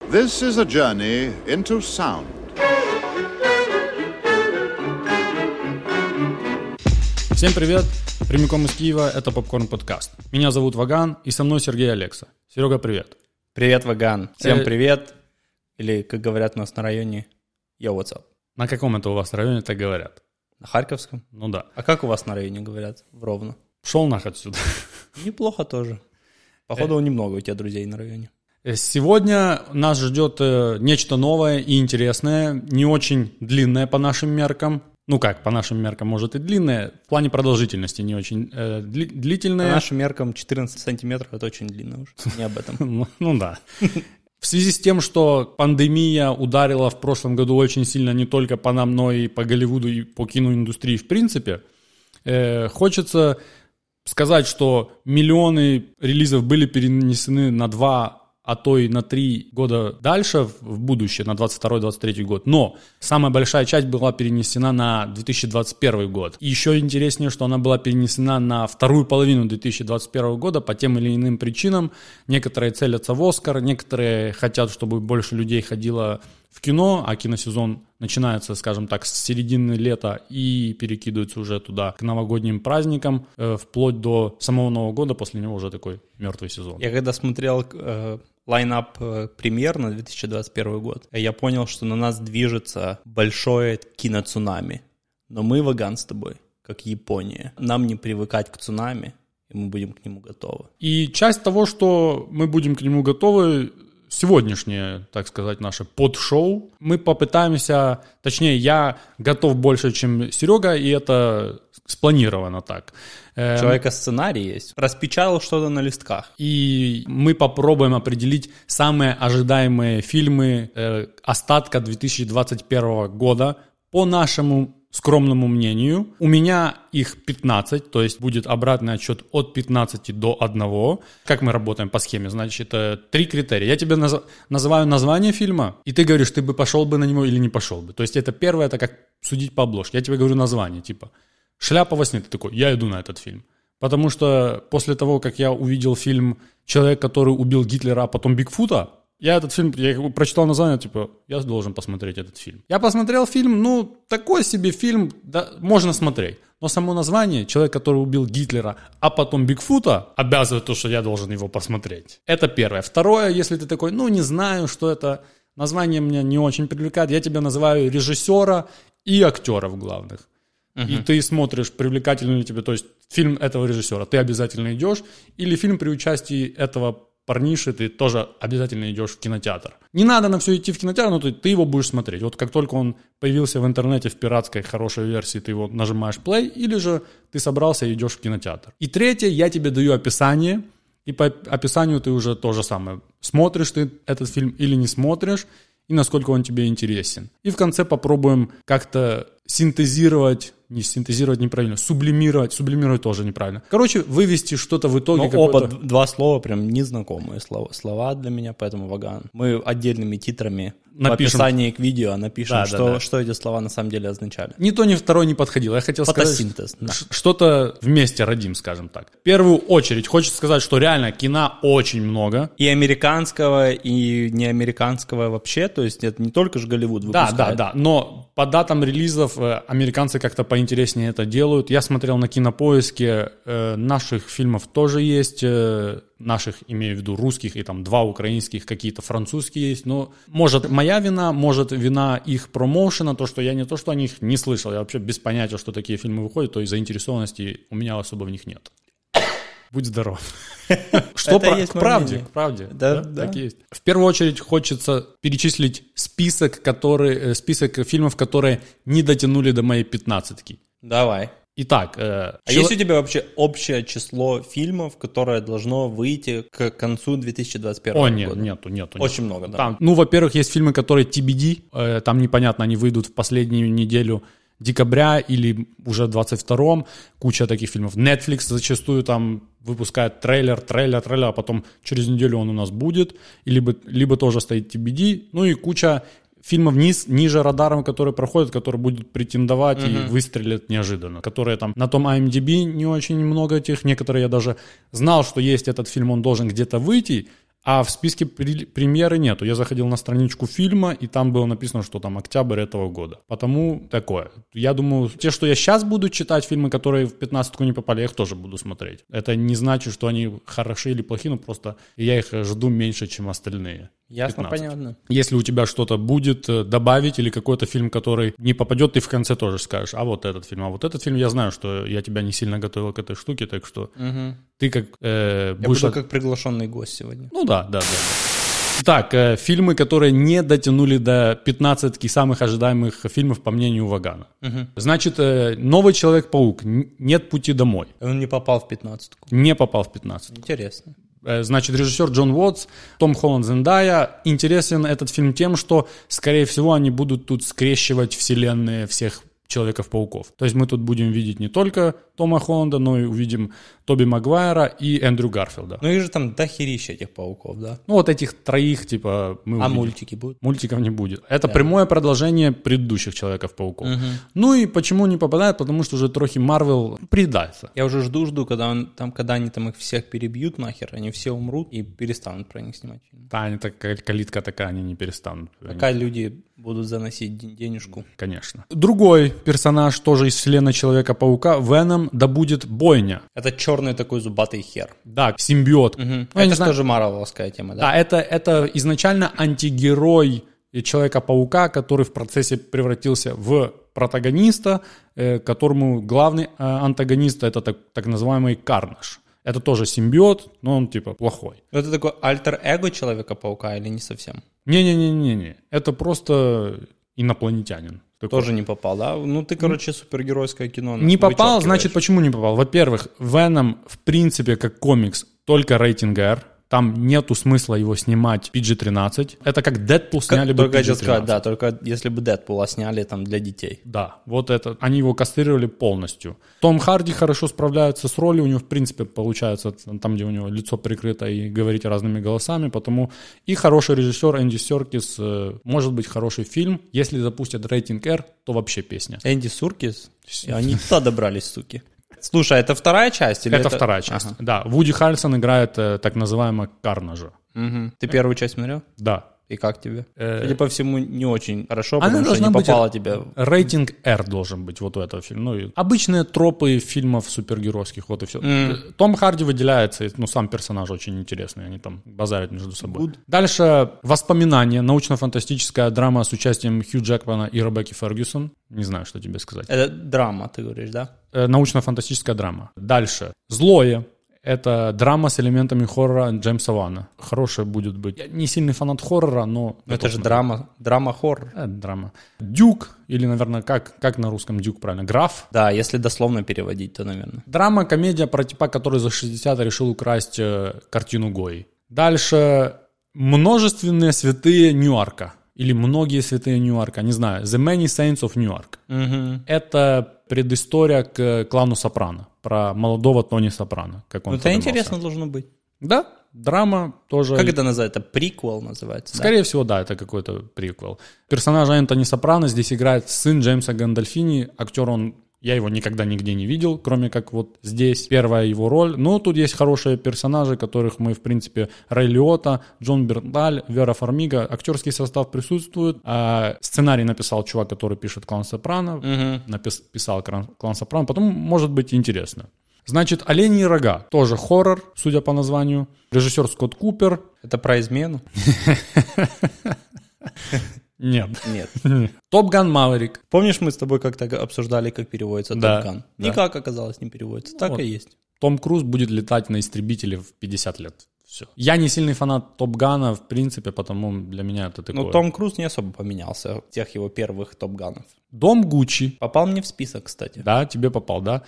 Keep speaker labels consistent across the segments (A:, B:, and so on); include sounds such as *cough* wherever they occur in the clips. A: This is a journey into sound.
B: Всем привет! Прямиком из Киева, это Попкорн Подкаст. Меня зовут Ваган, и со мной Сергей Алекса. Серега, привет.
C: Привет, Ваган. Всем
B: Э,
C: привет. Или, как говорят у нас на районе, я what's up?
B: На каком это у вас районе так говорят?
C: На Харьковском?
B: Ну да.
C: А как у вас на районе говорят? В Ровно.
B: Шел нах отсюда.
C: Неплохо тоже.
B: Э.
C: Походу, немного у тебя друзей на районе.
B: Сегодня нас ждет э, нечто новое и интересное, не очень длинное по нашим меркам. Ну как, по нашим меркам, может и длинное, в плане продолжительности не очень э, дли-
C: По
B: длительное.
C: нашим меркам 14 сантиметров — это очень длинно уже. Не об этом.
B: Ну ну да. *laughs* В связи с тем, что пандемия ударила в прошлом году очень сильно не только по нам, но и по Голливуду и по киноиндустрии в принципе, э, хочется сказать, что миллионы релизов были перенесены на два, а то и на три года дальше, в- в будущее, на 22-23 год. Но самая большая часть была перенесена на 2021 год. И еще интереснее, что она была перенесена на вторую половину 2021 года по тем или иным причинам. Некоторые целятся в «Оскар», некоторые хотят, чтобы больше людей ходило в кино, а киносезон начинается, скажем так, с середины лета и перекидывается уже туда к новогодним праздникам, э, вплоть до самого Нового года, после него уже такой мертвый сезон.
C: Я когда смотрел э, лайнап э, премьер на 2021 год, э, я понял, что на нас движется большое киноцунами. Но мы, Ваган, с тобой, как Япония. Нам не привыкать к цунами, и мы будем к нему готовы.
B: И часть того, что мы будем к нему готовы, сегодняшнее, так сказать, наше подшоу, мы попытаемся, точнее, я готов больше, чем Серега, и это спланировано так.
C: У
B: Эм,
C: человека сценарий есть. Распечатал что-то на листках.
B: И мы попробуем определить самые ожидаемые фильмы э, остатка 2021 года по нашему скромному мнению. У меня их 15, то есть будет обратный отсчет от 15 до 1. Как мы работаем по схеме? Значит, э, три критерия. Я тебе наз- называю название фильма, и ты говоришь, ты бы пошел бы на него или не пошел бы. То есть это первое, это как судить по обложке. Я тебе говорю название, типа «Шляпа во сне». Ты такой «Я иду на этот фильм». Потому что после того, как я увидел фильм «Человек, который убил Гитлера, а потом Бигфута», я этот фильм, я его прочитал название, типа, я должен посмотреть этот фильм. Я посмотрел фильм, ну, такой себе фильм, да, можно смотреть. Но само название «Человек, который убил Гитлера, а потом Бигфута» обязывает то, что я должен его посмотреть. Это первое. Второе, если ты такой, ну, не знаю, что это, название меня не очень привлекает, я тебя называю режиссера и актеров главных. И ты смотришь, привлекательный ли тебе, то есть фильм этого режиссера, ты обязательно идешь, или фильм при участии этого парниши, ты тоже обязательно идешь в кинотеатр. Не надо на все идти в кинотеатр, но ты, ты его будешь смотреть. Вот как только он появился в интернете в пиратской хорошей версии, ты его нажимаешь play, или же ты собрался и идешь в кинотеатр. И третье, я тебе даю описание, и по описанию ты уже то же самое. Смотришь ты этот фильм или не смотришь, и насколько он тебе интересен. И в конце попробуем как-то синтезировать, не синтезировать неправильно, сублимировать, сублимировать тоже неправильно. Короче, вывести что-то в итоге.
C: Но
B: какое-то-
C: оба д- Ну, два слова прям незнакомые слова, слова для меня, поэтому Ваган. Мы отдельными титрами
B: Напишем.
C: в описании к видео напишем,
B: Да, да,
C: что,
B: да.
C: что эти слова на самом деле означали.
B: Ни то, ни второй не подходило. Я хотел сказать,
C: Фотосинтез. да.
B: Ш- что-то вместе родим, скажем так. В первую очередь хочется сказать, что реально кино очень много.
C: И американского, и неамериканского вообще, то есть это не только же Голливуд
B: Да,
C: выпускает.
B: да, да. Но по датам релизов э, американцы как-то поинтереснее это делают. Я смотрел на кинопоиске, э, наших фильмов тоже есть, э, наших, имею в виду, русских, и там два украинских, какие-то французские есть. Но, может, моя вина, может, вина их промоушена, то, что я не то, что о них не слышал, я вообще без понятия, что такие фильмы выходят, то и заинтересованности у меня особо в них
C: *coughs*
B: нет. Будь здоров. Что
C: Это и
B: про-
C: есть
B: к
C: мое
B: правде,
C: мнение.
B: к правде.
C: Да, да.
B: Так и есть. В первую очередь хочется перечислить список, который, э, список фильмов, которые не дотянули до моей пятнадцатки.
C: Давай.
B: Итак, э,
C: А
B: чело-
C: есть у тебя вообще общее число фильмов, которое должно выйти к концу 2021
B: О,
C: года?
B: нет, нету, нету.
C: Очень много, да.
B: Там, ну, во-первых, есть фильмы, которые TBD, э, там непонятно, они выйдут в последнюю неделю декабря или уже 22-м, куча таких фильмов. Netflix зачастую там выпускает трейлер, трейлер, трейлер, а потом через неделю он у нас будет, и либо, либо тоже стоит TBD, ну и куча фильмов низ, ниже радаром, которые проходят, которые будут претендовать и выстрелят неожиданно, которые там на том IMDb не очень много этих, некоторые я даже знал, что есть этот фильм, он должен где-то выйти, А в списке при- премьеры нету. Я заходил на страничку фильма, и там было написано, что там октябрь этого года. Потому такое. Я думаю, те, что я сейчас буду читать, фильмы, которые в пятнадцатку не попали, я их тоже буду смотреть. Это не значит, что они хороши или плохи, но просто я их жду меньше, чем остальные.
C: Ясно,
B: 15.
C: понятно.
B: Если у тебя что-то будет э, добавить или какой-то фильм, который не попадет, ты в конце тоже скажешь, а вот этот фильм, а вот этот фильм, я знаю, что я тебя не сильно готовил к этой штуке, так что
C: Мгм.
B: ты как э,
C: Я
B: будешь...
C: буду
B: от-
C: как приглашенный гость сегодня.
B: Ну да, да, да. Так, э, фильмы, которые не дотянули до 15 самых ожидаемых фильмов, по мнению Вагана.
C: Мгм.
B: Значит, э, «Новый Человек-паук», н- «Нет пути домой»,
C: Он не попал в пятнадцатку.
B: не попал в 15.
C: Интересно.
B: Э, Значит, режиссер Джон Уотс, Том Холланд Зендая. Интересен этот фильм тем, что, скорее всего, они будут тут скрещивать вселенные всех Человеков-пауков. То есть мы тут будем видеть не только Тома Холланда, но и увидим Тоби Магуайра и Эндрю Гарфилда.
C: Ну и же там дохерища этих пауков, да?
B: Ну вот этих троих, типа, мы
C: А
B: увидим.
C: мультики будут?
B: Мультиков не будет. Это прямое продолжение предыдущих Человеков-пауков. Ну и почему не попадает? Потому что уже трохи Марвел предается.
C: Я уже жду-жду, когда, он, там, когда они там их всех перебьют нахер, они все умрут и перестанут про них снимать фильм.
B: Да, А они так, калитка такая, они не перестанут. Они-
C: Пока люди будут заносить ден- денежку.
B: Конечно. Другой персонаж, тоже из вселенной Человека-паука, Веном, да будет бойня.
C: Это черный такой зубатый хер.
B: Да, симбиот.
C: Мгм.
B: Ну, я не
C: Это же
B: знаю.
C: тоже марвеловская тема, да?
B: Да, это, это изначально антигерой Человека-паука, который в процессе превратился в протагониста, э, которому главный э, антагонист это так, так называемый Карнаж. Это тоже симбиот, но он типа плохой.
C: Ну, Это такой альтер-эго Человека-паука или не совсем?
B: Не-не-не-не-не, это просто инопланетянин. Такой.
C: Тоже не попал, да? Ну, ты, короче, супергеройское кино
B: Не попал,
C: Ну, вычеркиваешь.
B: значит, почему не попал? Во-первых, Веном, в принципе, как комикс, только рейтинг R. Там нету смысла его снимать PG-13. Это как Дэдпул
C: Как-
B: сняли бы
C: только хотел
B: PG-13.
C: сказать, да, только если бы Дэдпула сняли там для детей.
B: Да, вот это. Они его кастрировали полностью. Том Харди хорошо справляется с ролью. У него, в принципе, получается там, где у него лицо прикрыто и говорить разными голосами. Потому и хороший режиссер Энди Серкис. э, Может быть, хороший фильм. Если запустят рейтинг R, то вообще песня.
C: Энди Суркис, и они туда добрались, суки. Слушай, это вторая часть? Или
B: Это, вторая часть.
C: Ага.
B: Да, Вуди Харрисон играет э, так называемого Карнажа.
C: Мгм. Ты первую часть смотрел?
B: Да.
C: И как тебе?
B: Э,
C: Судя по всему, не очень хорошо,
B: Она
C: потому что
B: должна
C: не
B: быть-
C: попала тебе.
B: Рейтинг R должен быть вот у этого фильма. Ну, и обычные тропы фильмов супергеройских, вот и все.
C: М.
B: Том Харди выделяется, и, ну, сам персонаж очень интересный, они там базарят между собой. Дальше «Воспоминания», научно-фантастическая драма с участием Хью Джекмана и Ребекки Фергюсон. Не знаю, что тебе сказать.
C: Это драма, ты говоришь, да?
B: Э, научно-фантастическая драма. Дальше. «Злое». Это драма с элементами хоррора Джеймса Вана. Хорошая будет быть. Я не сильный фанат хоррора, но...
C: Но это же драма, драма-хоррор.
B: Э, драма. Дюк, или, наверное, как, как на русском дюк правильно, граф.
C: Да, если дословно переводить, то, наверное.
B: Драма, комедия про типа, который за 60 решил украсть э, картину Гои. Дальше множественные святые Ньюарка. Или многие святые Ньюарка, не знаю. The Many Saints of Ньюарк.
C: Мгм.
B: Это предыстория к клану Сопрано. Про молодого Тони Сопрано. Как он
C: Ну, это
B: подымался.
C: интересно должно быть.
B: Да, драма тоже.
C: Как это называется? Это приквел называется? да?
B: Скорее всего, да, это какой-то приквел. Персонажа Энтони Сопрано здесь играет сын Джеймса Гандальфини. Актер он, я его никогда нигде не видел, кроме как вот здесь первая его роль. Но тут есть хорошие персонажи, которых мы, в принципе, Рэй Лиота, Джон Бердаль, Вера Фармига. Актерский состав присутствует. А сценарий написал чувак, который пишет «Клан Сопрано».
C: Мгм.
B: Написал «Клан, «Клан Сопрано». Потом, может быть, интересно. Значит, «Олени и рога» тоже хоррор, судя по названию. Режиссер Скотт Купер.
C: Это про измену?
B: Нет. *laughs*
C: Нет.
B: Топ Ган Маверик.
C: Помнишь, мы с тобой как-то г- обсуждали, как переводится
B: Да,
C: Top Gun?
B: да.
C: Никак оказалось не переводится. Так
B: Вот.
C: и есть.
B: Том Круз будет летать на истребителе в 50 лет. Все. Я не сильный фанат Топ Гана, в принципе, потому для меня это такое.
C: Но Ну, Том Круз не особо поменялся в тех его первых топ-ганов.
B: Дом Гуччи.
C: Попал мне в список, кстати.
B: Да, тебе попал, да?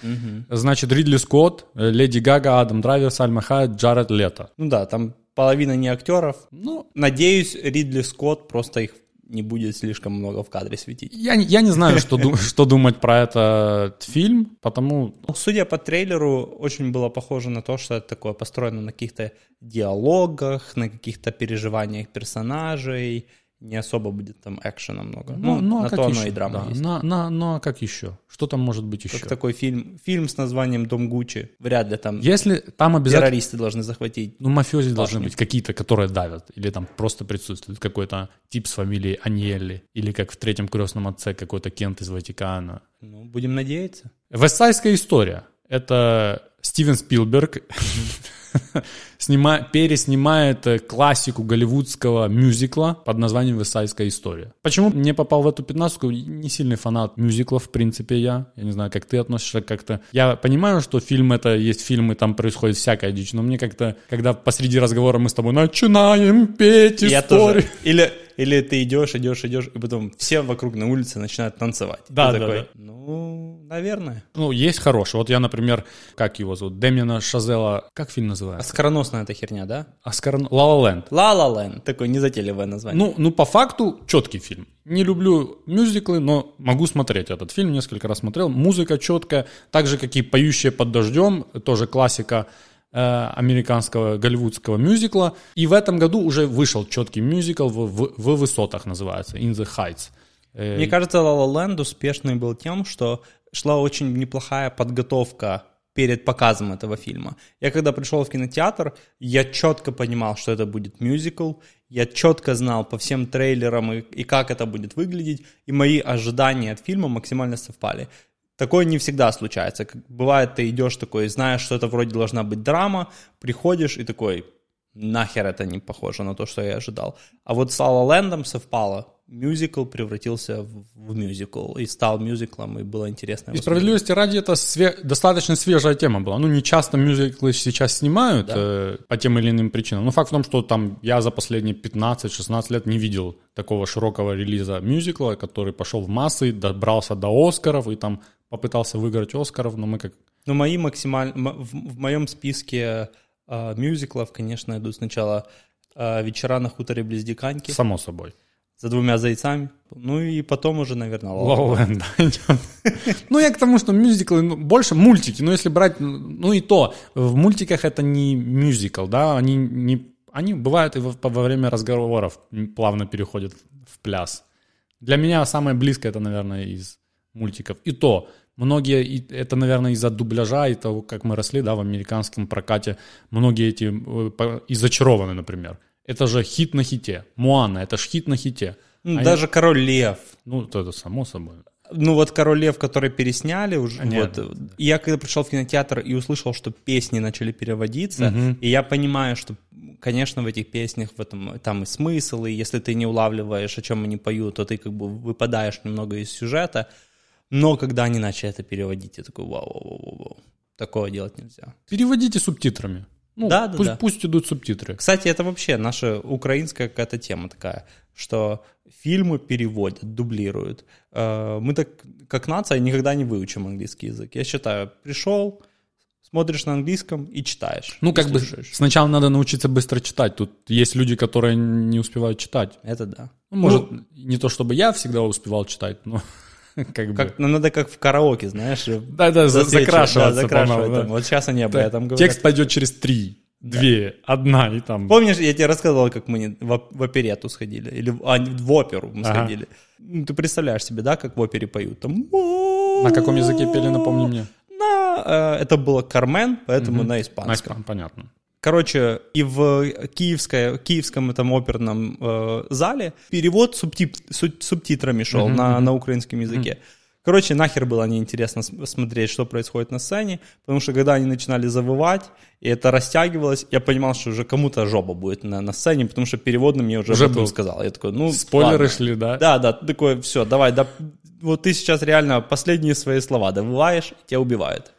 B: Значит, Ридли Скотт, э, Леди Гага, Адам Драйвер, Сальма Хайек, Джаред Лето.
C: Ну да, там половина не актеров.
B: Ну,
C: Надеюсь, Ридли Скотт просто их не будет слишком много в кадре светить.
B: я, не- я не знаю, что, ду- *laughs* что думать про этот фильм, потому...
C: Ну, Судя по трейлеру, очень было похоже на то, что это такое построено на каких-то диалогах, на каких-то переживаниях персонажей не особо будет там экшена много.
B: Ну, ну, а
C: типа. на
B: как
C: то оно
B: еще?
C: и драма
B: Да,
C: есть.
B: на- на- ну, а как еще? Что там может быть еще?
C: Как такой фильм, фильм с названием «Дом Гуччи». Вряд ли там
B: Если там обязательно...
C: террористы должны захватить.
B: Ну, мафиози должны
C: Пашни.
B: быть какие-то, которые давят. Или там просто присутствует какой-то тип с фамилией Аньелли. Или как в третьем крестном отце какой-то Кент из Ватикана.
C: Ну, будем надеяться.
B: Вестсайская история. Это Стивен Спилберг *laughs* снима- переснимает э, классику голливудского мюзикла под названием «Вестсайская история». Почему не попал в эту пятнадцатку? Не сильный фанат мюзиклов, в принципе, я. Я не знаю, как ты относишься как-то. Я понимаю, что фильм это есть фильмы, там происходит всякая дичь, но мне как-то, когда посреди разговора мы с тобой начинаем петь историю.
C: Я тоже. Или, или ты идешь, идешь, идешь, и потом все вокруг на улице начинают танцевать.
B: Да,
C: Ты
B: да,
C: такой,
B: да.
C: Ну, наверное.
B: Ну, есть хороший. Вот я, например, как его зовут? Демина Шазела. Как фильм называется?
C: Скороносная эта херня, да?
B: Оскар... ла ленд
C: ла ла Такое незатейливое название.
B: Ну, ну, по факту, четкий фильм. Не люблю мюзиклы, но могу смотреть этот фильм. Несколько раз смотрел. Музыка четкая, так же, как и «Поющие под дождем», тоже классика э, американского голливудского мюзикла. И в этом году уже вышел четкий мюзикл в, в- «В высотах» называется, «In the Heights». Э,
C: Мне кажется, La La Land успешный был тем, что шла очень неплохая подготовка перед показом этого фильма. Я когда пришел в кинотеатр, я четко понимал, что это будет мюзикл, я четко знал по всем трейлерам и, и как это будет выглядеть, и мои ожидания от фильма максимально совпали. Такое не всегда случается. Как- Бывает, ты идешь такой, знаешь, что это вроде должна быть драма, приходишь и такой, нахер это не похоже на то, что я ожидал. А вот с Ла Лэндом совпало. Мюзикл превратился в, в мюзикл и стал мюзиклом, и было интересно.
B: И
C: его
B: справедливости ради, это све- достаточно свежая тема была. Ну, не часто мюзиклы сейчас снимают
C: Да.
B: э, по тем или иным причинам. Но факт в том, что там я за последние 15-16 лет не видел такого широкого релиза мюзикла, который пошел в массы, добрался до Оскаров и там попытался выиграть Оскаров, но мы как...
C: Ну, мои максимально... м- В, в моем списке э, мюзиклов, конечно, идут сначала э, «Вечера на хуторе близ Диканьки»
B: Само собой.
C: за двумя зайцами, ну и потом уже, наверное, «Ла Ла Ленд».
B: Лоуленд *laughs* Ну, я к тому, что мюзиклы, ну, больше мультики, но если брать, ну и то, в мультиках это не мюзикл, да, они не... Они бывают и во, во время разговоров плавно переходят в пляс. Для меня самое близкое это, наверное, из мультиков. И то, многие, и это, наверное, из-за дубляжа и того, как мы росли, да, в американском прокате, многие эти э, по- и зачарованы, например. Это же хит на хите. Муана, это ж хит на хите.
C: Ну,
B: А я-
C: Даже «Король лев».
B: Ну, это это само собой.
C: Ну вот «Король лев», который пересняли уже.
B: Понятно.
C: вот. И я когда пришел в кинотеатр и услышал, что песни начали переводиться, и я понимаю, что, конечно, в этих песнях в этом там и смысл, и если ты не улавливаешь, о чем они поют, то ты как бы выпадаешь немного из сюжета. Но когда они начали это переводить, я такой вау, вау, вау, вау. Такого делать нельзя.
B: Переводите субтитрами. Ну,
C: Да, да,
B: пусть,
C: да.
B: пусть идут субтитры.
C: Кстати, это вообще наша украинская какая-то тема такая, что фильмы переводят, дублируют. Э, Мы так, как нация, никогда не выучим английский язык. Я считаю, пришел, смотришь на английском и читаешь.
B: Ну,
C: и
B: как бы
C: слушаешь.
B: сначала надо научиться быстро читать. Тут есть люди, которые не успевают читать.
C: Это да.
B: Ну, может, не то чтобы я всегда успевал читать, но *laughs* как бы...
C: Как, ну, надо как в караоке, знаешь, э,
B: Да-да, за-
C: засвечивать,
B: закрашиваться,
C: да, закрашивать
B: по-моему, да.
C: там. Вот сейчас они об этом говорят.
B: Текст пойдет через три, две, одна и там...
C: Помнишь, я тебе рассказывал, как мы не- в, оп- в оперету сходили, или в, а, в оперу мы
B: Ага.
C: сходили. Ну, ты представляешь себе, да, как в опере поют? Там...
B: На каком языке пели, напомни мне.
C: На, э, это было Кармен, поэтому на испанском.
B: Настя, понятно.
C: Короче, и в киевской, киевском этом оперном э, зале перевод субтит- су- субтитрами шел на, на украинском языке. Короче, нахер было неинтересно с- смотреть, что происходит на сцене, потому что когда они начинали завывать, и это растягивалось, я понимал, что уже кому-то жопа будет на, на сцене, потому что перевод на мне уже,
B: Уже
C: об этом
B: был.
C: сказал. Я такой, ну,
B: Спойлеры
C: ладно.
B: шли, да?
C: Да, да, ты такой, все, давай, да, вот ты сейчас реально последние свои слова добываешь, тебя убивают.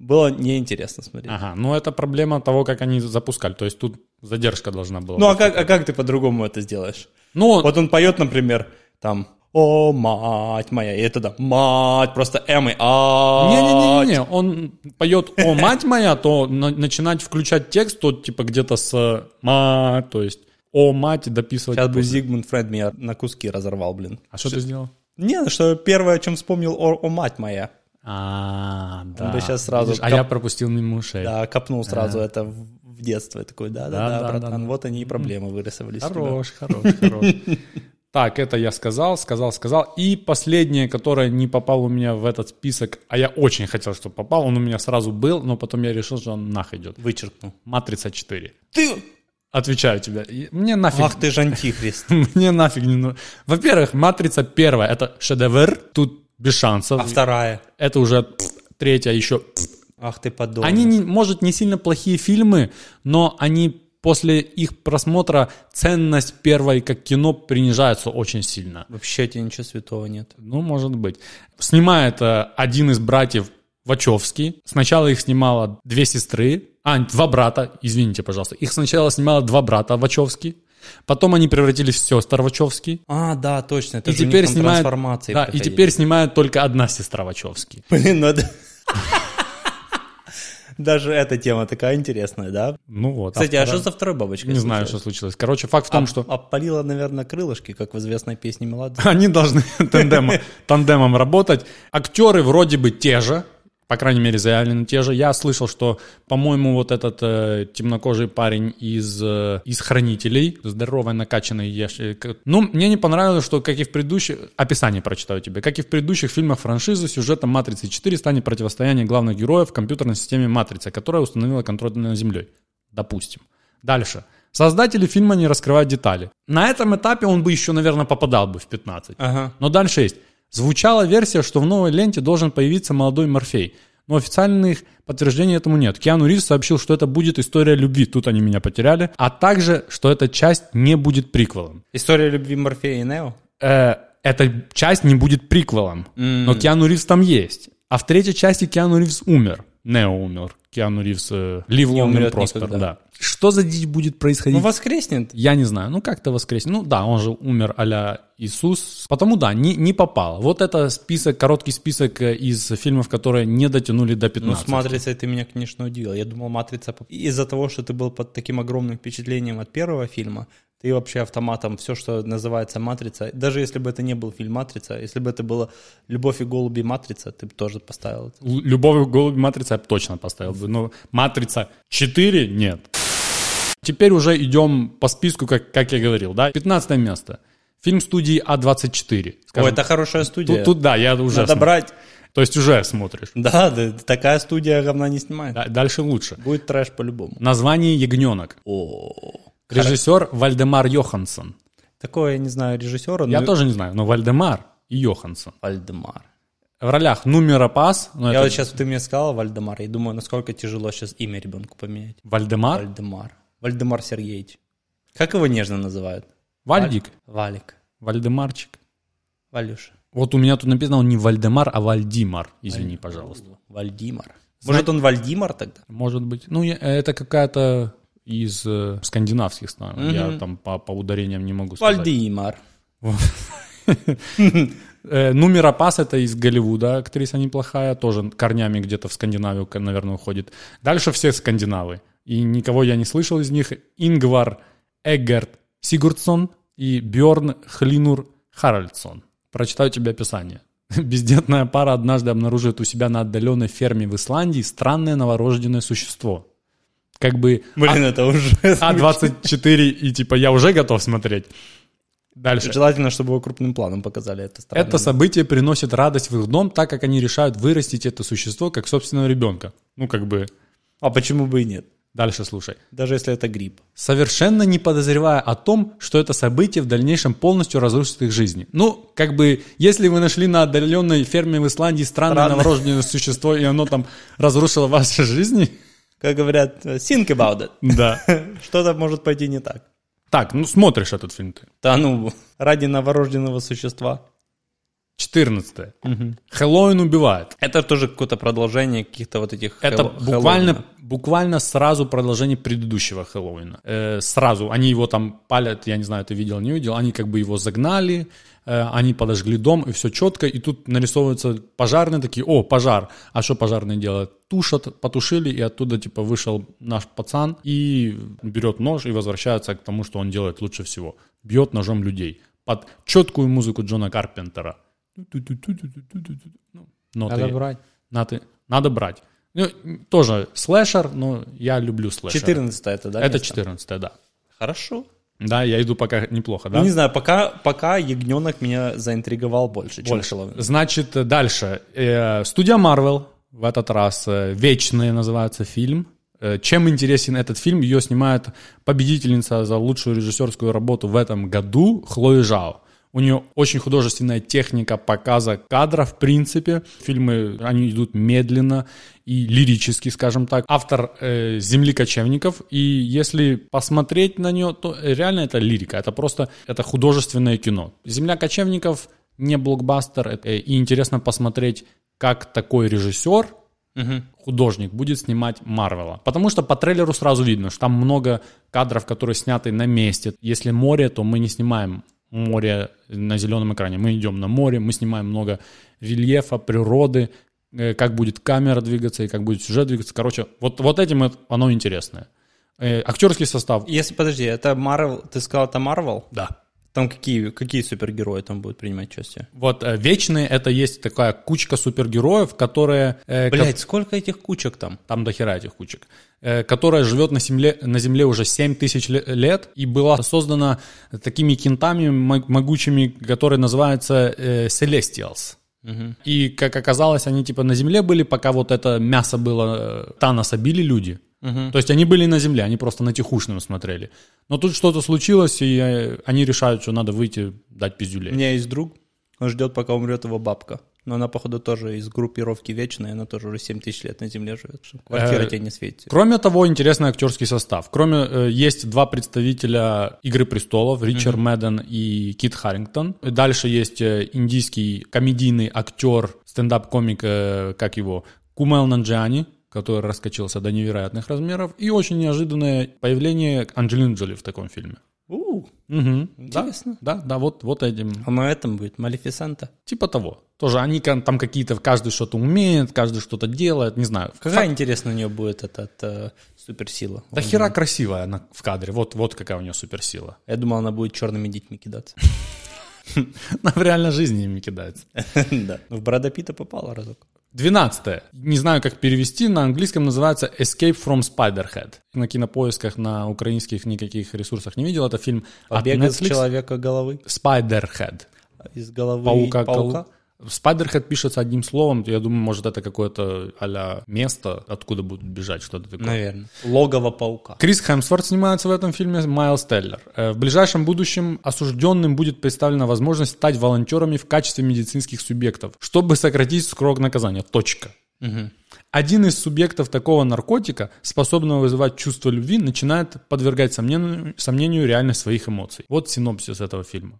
C: Было неинтересно смотреть.
B: Ага, ну это проблема того, как они запускали. То есть тут задержка должна была
C: Ну а
B: быть.
C: как, а как ты по-другому это сделаешь?
B: Ну,
C: Вот он поет, например, там «О, мать моя», и это да «Мать», просто «М» и «А».
B: Не-не-не, он поет «О, мать моя», то на- начинать включать текст, то типа где-то с э, «ма», то есть «О, мать» дописывать.
C: Сейчас бы Зигмунд Фред меня на куски разорвал, блин.
B: А что ты сделал?
C: Не, ну, что первое, о чем вспомнил, о, «О, мать моя».
B: А, да.
C: бы щас сразу
B: а
C: кап-
B: я пропустил мимо ушей.
C: Да, А. копнул сразу это в в детство. Я такой, да-да-да,
B: Да-да-да-да. *laughs*
C: братан, вот они и проблемы вырисовались. у тебя».
B: Хорош, хорош, хорош. Так, это я сказал, сказал, сказал. И последнее, которое не попало у меня в этот список, а я очень хотел, чтобы попал, он у меня сразу был, но потом я решил, что он нах идет.
C: Вычеркнул.
B: «Матрица 4».
C: Ты...
B: Отвечаю тебе. И Мне нафиг.
C: Ах ты же антихрист.
B: *laughs* Мне нафиг не нужно. Во-первых, «Матрица» первая — это шедевр, тут без шансов.
C: А вторая?
B: Это уже пф, третья еще. пф.
C: Ах ты подонок.
B: Они, не- может, не сильно плохие фильмы, но они после их просмотра ценность первой как кино принижается очень сильно.
C: Вообще тебе ничего святого нет.
B: Ну, может быть. Снимает э, один из братьев Вачовский. Сначала их снимало две сестры. А, два брата, извините, пожалуйста. Их сначала снимало два брата Вачовски. Потом они превратились в сестер Вачовски.
C: А, да, точно. Это
B: И
C: же у них
B: теперь
C: там
B: снимает...
C: трансформации
B: Да, и
C: проходили. *laughs*
B: теперь снимает только одна сестра Вачовски.
C: Блин, ну надо... *laughs* Даже эта тема такая интересная, да?
B: Ну вот.
C: Кстати, а
B: автора-
C: что за А, второй бабочкой?
B: Не знаю, что
C: случилось?
B: случилось. Короче, факт в том, что...
C: Оп- Опалила, наверное, крылышки, как в известной песне Меладзе.
B: *laughs* Они должны тандема- тандемом работать. Актеры вроде бы те же, по крайней мере, заявлены те же. Я слышал, что, по-моему, вот этот э, темнокожий парень из, э, из «Хранителей», здоровый, накачанный, я ж- э, как- ну, мне не понравилось, что, как и в предыдущих, описание прочитаю тебе, как и в предыдущих фильмах франшизы, сюжетом «Матрицы 4» станет противостояние главных героев в компьютерной системе «Матрица», которая установила контроль над Землей. Допустим. Дальше. Создатели фильма не раскрывают детали. На этом этапе он бы еще, наверное, попадал бы в 15.
C: Ага.
B: Но дальше есть. Звучала версия, что в новой ленте должен появиться молодой Морфей. Но официальных подтверждений этому нет. Киану Ривз сообщил, что это будет история любви. Тут они меня потеряли. А также, что эта часть не будет приквелом.
C: История любви Морфея и Нео?
B: Э, эта часть не будет приквелом. Но Киану Ривз там есть. А в третьей части Киану Ривз умер. Нео умер. Киану Ривз... Э, Лив
C: Не
B: Лонгмен
C: умрет
B: Проспер,
C: никогда.
B: да. Что за дичь будет происходить
C: Ну, воскреснет.
B: я не знаю, ну как-то воскресенье. Ну да, он же умер а Иисус. Потому да, не, не попал. Вот это список, короткий список э, из фильмов, которые не дотянули до
C: Ну,
B: 15.
C: с «Матрицей» ты меня, конечно, удивил. Я думал, «Матрица» поп- из-за того, что ты был под таким огромным впечатлением от первого фильма, ты вообще автоматом все, что называется «Матрица», даже если бы это не был фильм «Матрица», если бы это было «Любовь и голуби Матрица», ты бы тоже поставил. это.
B: Л- Любовь к голуби матрица я бы точно поставил бы. Но матрица 4 нет. Теперь уже идем по списку, как, как я говорил, да. 15 место. Фильм студии А24.
C: О,
B: Скажем,
C: это хорошая студия.
B: тут, тут, да, я уже
C: Надо
B: смотрю.
C: брать.
B: То есть уже смотришь.
C: Да, да, такая студия говна не снимает.
B: Да, дальше лучше.
C: Будет трэш по-любому.
B: Название «Ягненок».
C: О,
B: Режиссер Вальдемар Йоханссон.
C: такое я не знаю режиссера.
B: Я
C: но-
B: тоже не знаю, но Вальдемар и Йоханссон.
C: Вальдемар.
B: В ролях Нумера Пас, но
C: Я
B: это
C: вот сейчас ты мне сказал Вальдемар, и думаю, насколько тяжело сейчас имя ребенку поменять.
B: Вальдемар,
C: Вальдемар. Вальдемар Сергеевич. А? Как его нежно называют?
B: Вальдик,
C: Валик.
B: Вальдемарчик.
C: Валюша.
B: Вот у меня тут написано он не Вальдемар, а Вальдимар, извини, пожалуйста.
C: Вальдимар. Может, он Вальдимар тогда?
B: Может быть, ну я- это какая-то из э, скандинавских стран, я там по, по ударениям не могу сказать.
C: Вальдимар.
B: Э, Нумера Пас это из Голливуда, актриса неплохая, тоже корнями где-то в Скандинавию, к- наверное, уходит. Дальше все скандинавы, и никого я не слышал из них. Ингвар Эггерт Сигурдсон и Бьорн Хлинур Харальдсон. Прочитаю тебе описание. *laughs* Бездетная пара однажды обнаружит у себя на отдаленной ферме в Исландии странное новорожденное существо. Как бы
C: Блин, это уже...
B: А24 А и типа я уже готов смотреть. Дальше.
C: Желательно, чтобы его крупным планом показали. Это странно.
B: Это событие приносит радость в их дом, так как они решают вырастить это существо как собственного ребенка. Ну, как бы,
C: А почему бы и нет?
B: дальше слушай.
C: Даже если это гриб.
B: Совершенно не подозревая о том, что это событие в дальнейшем полностью разрушит их жизни. Ну, как бы, если вы нашли на отдаленной ферме в Исландии странное
C: Странное.
B: новорожденное существо, и оно там разрушило ваши жизни,
C: Как говорят, think about
B: да.
C: it. Что-то может пойти не так.
B: *laughs* Так, ну смотришь этот фильм ты.
C: Да ну, ради новорожденного существа.
B: 14. Хэллоуин убивает.
C: Это тоже какое-то продолжение каких-то вот этих...
B: Это
C: Хэлло-
B: буквально,
C: Хэллоуина.
B: буквально сразу продолжение предыдущего Хэллоуина. Э, сразу. Они его там палят, я не знаю, ты видел, не видел. Они как бы его загнали, э, они подожгли дом, и все четко. И тут нарисовываются пожарные такие, о, пожар. А что пожарные делают? Тушат, потушили, и оттуда типа вышел наш пацан и берет нож и возвращается к тому, что он делает лучше всего. Бьет ножом людей. Под четкую музыку Джона Карпентера. Ну, ноты
C: Надо
B: я-
C: брать.
B: надо, надо брать. Ну, тоже слэшер, но я люблю слэшер.
C: 14 это, да?
B: это
C: место?
B: 14 да.
C: Хорошо.
B: Да, я иду пока неплохо, да?
C: Ну, не знаю, пока, пока ягненок меня заинтриговал больше, чем Человек.
B: Значит, э, дальше. Э, Студия Marvel в этот раз. э, «Вечные» называется фильм. Э, Чем интересен этот фильм? Ее снимает победительница за лучшую режиссерскую работу в этом году Хлои Жао. У нее очень художественная техника показа кадра, в принципе. Фильмы, они идут медленно и лирически, скажем так. Автор э, «Земли кочевников», и если посмотреть на нее, то э, реально это лирика, это просто это художественное кино. «Земля кочевников» не блокбастер, э, и интересно посмотреть, как такой режиссер, художник, будет снимать Марвела. Потому что по трейлеру сразу видно, что там много кадров, которые сняты на месте. Если море, то мы не снимаем море на зеленом экране. Мы идем на море, мы снимаем много рельефа, природы, э, как будет камера двигаться и как будет сюжет двигаться. Короче, вот, вот этим это- оно интересное. Э, актерский состав.
C: Если, подожди, это Марвел, ты сказал, это Марвел?
B: Да.
C: Там какие, какие супергерои там будут принимать участие?
B: Вот э, вечные это есть такая кучка супергероев, которые э, ко-
C: Блять, сколько этих кучек там?
B: там дохера этих кучек, э, которая живет на земле, на земле уже 7 тысяч ле- лет и была создана такими кентами мо- могучими, которые называются э, Celestials. И, как оказалось, они типа на земле были, пока вот это мясо было, э, Таноса били люди. То есть они были на земле, они просто на тихушном смотрели. Но тут что-то случилось, и э, они решают, что надо выйти, дать пиздюлей.
C: У меня есть друг, он ждет, пока умрет его бабка. Но она, походу, тоже из группировки Вечная, она тоже уже 7 тысяч лет на Земле живет. чтобы Квартира
B: Э,
C: тебе не светит.
B: Кроме того, интересный актерский состав. Кроме э, есть два представителя Игры престолов: Ричард Мэдден и Кит Харрингтон. Дальше есть э, индийский комедийный актер, стендап-комик, э, как его Кумел Нанджиани, который раскочился до невероятных размеров, и очень неожиданное появление Анджелины Джоли в таком фильме.
C: У,
B: Мгм. Да,
C: Интересно.
B: да, да, вот, вот этим.
C: А на этом будет Малефисента.
B: Типа того. Тоже они кон- там какие-то, каждый что-то умеет, каждый что-то делает, не знаю.
C: Какая, интересно, у нее будет эта э, суперсила?
B: Да хера красивая она в кадре. Вот, вот какая у нее суперсила. *laughs*
C: Я думал, она будет черными детьми кидаться. *laughs*
B: Она в реальной жизни ими кидается.
C: Да. В Брада Питта попала разок.
B: Двенадцатое. Не знаю, как перевести. На английском называется «Escape from Spiderhead». На кинопоисках, на украинских никаких ресурсах не видел. Это фильм
C: Побег
B: от
C: из
B: Netflix.
C: человека головы.
B: Spiderhead.
C: Из головы
B: Паука.
C: паука.
B: колу- Spiderhead пишется одним словом. Я думаю, может, это какое-то а место, откуда будут бежать, что-то такое.
C: Наверное. Логово паука.
B: Крис Хемсворт снимается в этом фильме, Майлз Теллер. Э, В ближайшем будущем осужденным будет представлена возможность стать волонтерами в качестве медицинских субъектов, чтобы сократить срок наказания. Точка. Один из субъектов такого наркотика, способного вызывать чувство любви, начинает подвергать сомнению, сомнению реальность своих эмоций. Вот синопсис этого фильма.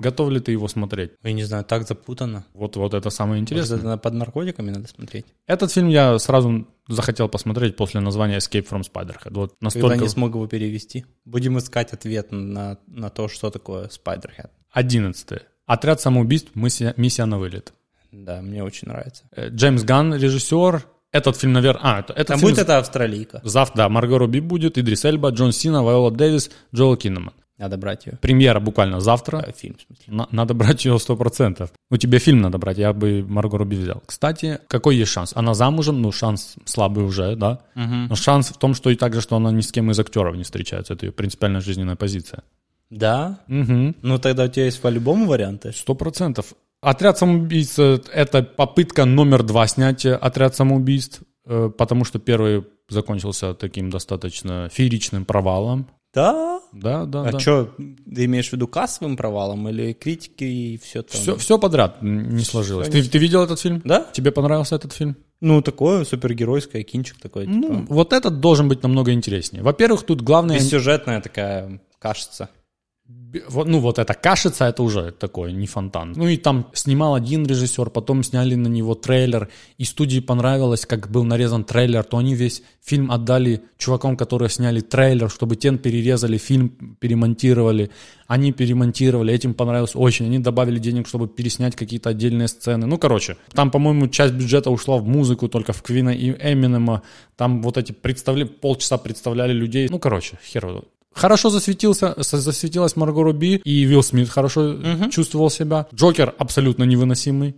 B: Готов ли ты его смотреть?
C: Я не знаю, так запутано.
B: Вот, вот это самое
C: Может,
B: интересное.
C: это на- под наркотиками надо смотреть?
B: Этот фильм я сразу захотел посмотреть после названия Escape from Spiderhead. Вот
C: Когда
B: настолько...
C: не смог его перевести. Будем искать ответ на, на то, что такое Spiderhead.
B: 11. Отряд самоубийств «Миссия, миссия на вылет».
C: Да, мне очень нравится.
B: Э, Джеймс Ганн, режиссер. Этот фильм, наверное... А, это, этот
C: Там
B: фильм...
C: будет это австралийка.
B: Завтра, да, Марго Руби будет, Идрис Эльба, Джон Сина, Вайола Дэвис, Джоэл Киннеман.
C: Надо брать ее.
B: Премьера буквально завтра.
C: Фильм, в смысле.
B: На- надо брать ее 100%. Ну, тебе фильм надо брать, я бы Марго Руби взял. Кстати, какой есть шанс? Она замужем, ну, шанс слабый уже, да? Но шанс в том, что и так же, что она ни с кем из актеров не встречается. Это ее принципиальная жизненная позиция.
C: Да?
B: Угу.
C: Ну тогда у тебя есть по-любому варианты.
B: Сто процентов. Отряд самоубийц э, это попытка номер два снять э, отряд самоубийств, э, потому что первый закончился таким достаточно фееричным провалом.
C: Да?
B: Да, да,
C: А
B: да.
C: что, ты имеешь в виду кассовым провалом или критики и все там?
B: Все, все подряд м, не сложилось. Ты, ты видел этот фильм?
C: Да?
B: Тебе понравился этот фильм?
C: Ну, такое супергеройское кинчик такой.
B: Ну,
C: типа,
B: вот этот должен быть намного интереснее. Во-первых, тут главное...
C: бессюжетная такая кашица.
B: Бе- вот- Ну, вот это кашица, это уже такое, не фонтан. Ну, и там снимал один режиссер, потом сняли на него трейлер, и студии понравилось, как был нарезан трейлер, то они весь фильм отдали чувакам, которые сняли трейлер, чтобы тен перерезали, фильм перемонтировали. Они перемонтировали, этим понравилось очень. Они добавили денег, чтобы переснять какие-то отдельные сцены. Ну, короче, там, по-моему, часть бюджета ушла в музыку, только в Квина и Эминема. Там вот эти представли... полчаса представляли людей. Ну, короче, хер его знает. Хорошо засветился, с- засветилась Марго Руби, и Уилл Смит хорошо чувствовал себя. Джокер абсолютно невыносимый.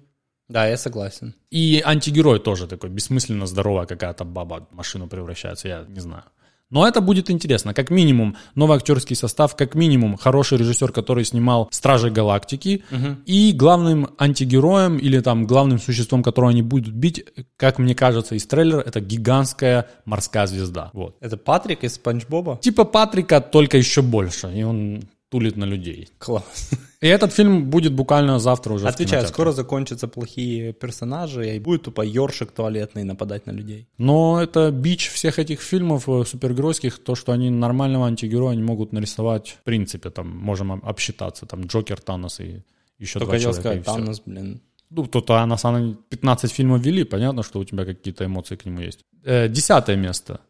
C: Да, я согласен.
B: И антигерой тоже такой, бессмысленно здоровая какая-то баба в машину превращается, я не знаю. Но это будет интересно. Как минимум, новый актерский состав, как минимум, хороший режиссер, который снимал «Стражи Галактики». И главным антигероем или там главным существом, которого они будут бить, как мне кажется, из трейлера, это гигантская морская звезда. Вот.
C: Это Патрик из Спанч Боба?
B: Типа Патрика, только еще больше. И он тулит на людей.
C: Класс.
B: И этот фильм будет буквально завтра уже в
C: Отвечаю,
B: кинотеатрах.
C: скоро закончатся плохие персонажи, и будет тупо ёршик туалетный нападать на людей.
B: Но это бич всех этих фильмов э, супергеройских, то, что они нормального антигероя не могут нарисовать. В принципе, там можем об- обсчитаться. Там Джокер, Танос и еще
C: Только
B: два
C: хотел
B: человека.
C: сказать,
B: и всё.
C: Танос, блин.
B: Ну, то Танос, она 15 фильмов вели, понятно, что у тебя какие-то эмоции к нему есть. Э, Десятое место.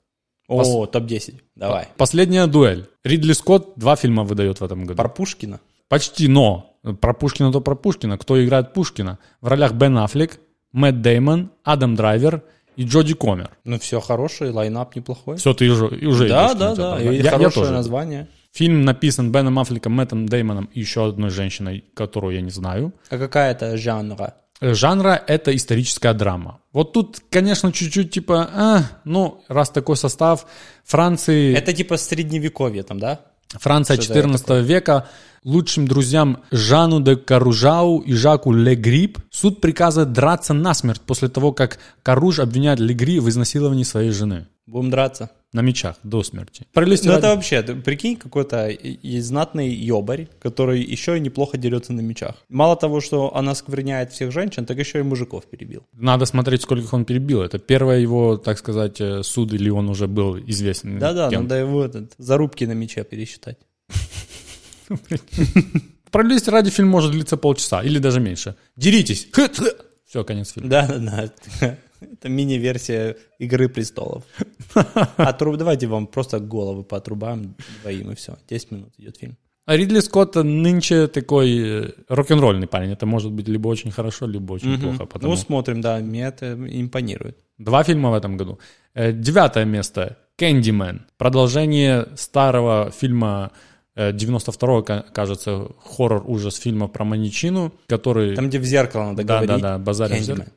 B: Пос-
C: О, топ-10, давай.
B: Последняя дуэль. Ридли Скотт два фильма выдает в этом году.
C: Про Пушкина.
B: Почти, но про Пушкина то про Пушкина. Кто играет Пушкина? В ролях Бен Аффлек, Мэтт Деймон, Адам Драйвер и Джоди Комер.
C: Ну все, хороший, лайнап неплохой.
B: Все, ты уже, и уже
C: да,
B: идёшь в
C: да,
B: кинотеатр,
C: да,
B: да?
C: и
B: Я- я
C: хорошее
B: тоже.
C: название.
B: Фильм написан Беном Аффлеком, Мэттом Деймоном и еще одной женщиной, которую я не знаю.
C: А какая это жанра?
B: Э, Жанра — это историческая драма. Вот тут, конечно, чуть-чуть типа, а, ну, раз такой состав, Франции...
C: Это типа средневековье там, да?
B: Франция
C: Что это
B: 14 века. Лучшим друзьям Жану де Каружау и Жаку Легрип суд приказывает драться насмерть после того, как Каруж обвиняет Легри в изнасиловании своей жены.
C: Будем драться.
B: На мечах до смерти.
C: Ну
B: Пролистывать
C: это вообще, ты прикинь, какой-то и- и знатный ёбарь, который еще и неплохо дерется на мечах. Мало того, что она скверняет всех женщин, так еще и мужиков перебил.
B: Надо смотреть, сколько их он перебил. Это первое его, так сказать, э, суд, или он уже был известен.
C: Да-да, ну
B: кем.
C: надо его этот, зарубки на мече пересчитать.
B: Пролезть ради фильм может длиться полчаса или даже меньше. Деритесь! Все, конец фильма.
C: Да-да-да, *laughs* это мини-версия
B: *laughs*
C: «Игры престолов». Отруб... Давайте вам просто головы поотрубаем двоим, и все. 10 минут идет фильм.
B: А Ридли Скотт нынче такой э, рок-н-ролльный парень. Это может быть либо очень хорошо, либо очень плохо. потому
C: Ну, смотрим, да, мне это импонирует.
B: Два фильма в этом году. Э, Девятое место. «Кэндимен». Продолжение старого фильма э, 92-го, ка- кажется, хоррор-ужас фильма про маньячину, который...
C: Там, где в зеркало надо
B: да, да,
C: говорить.
B: да, базарим в
C: Candyman.
B: зеркало.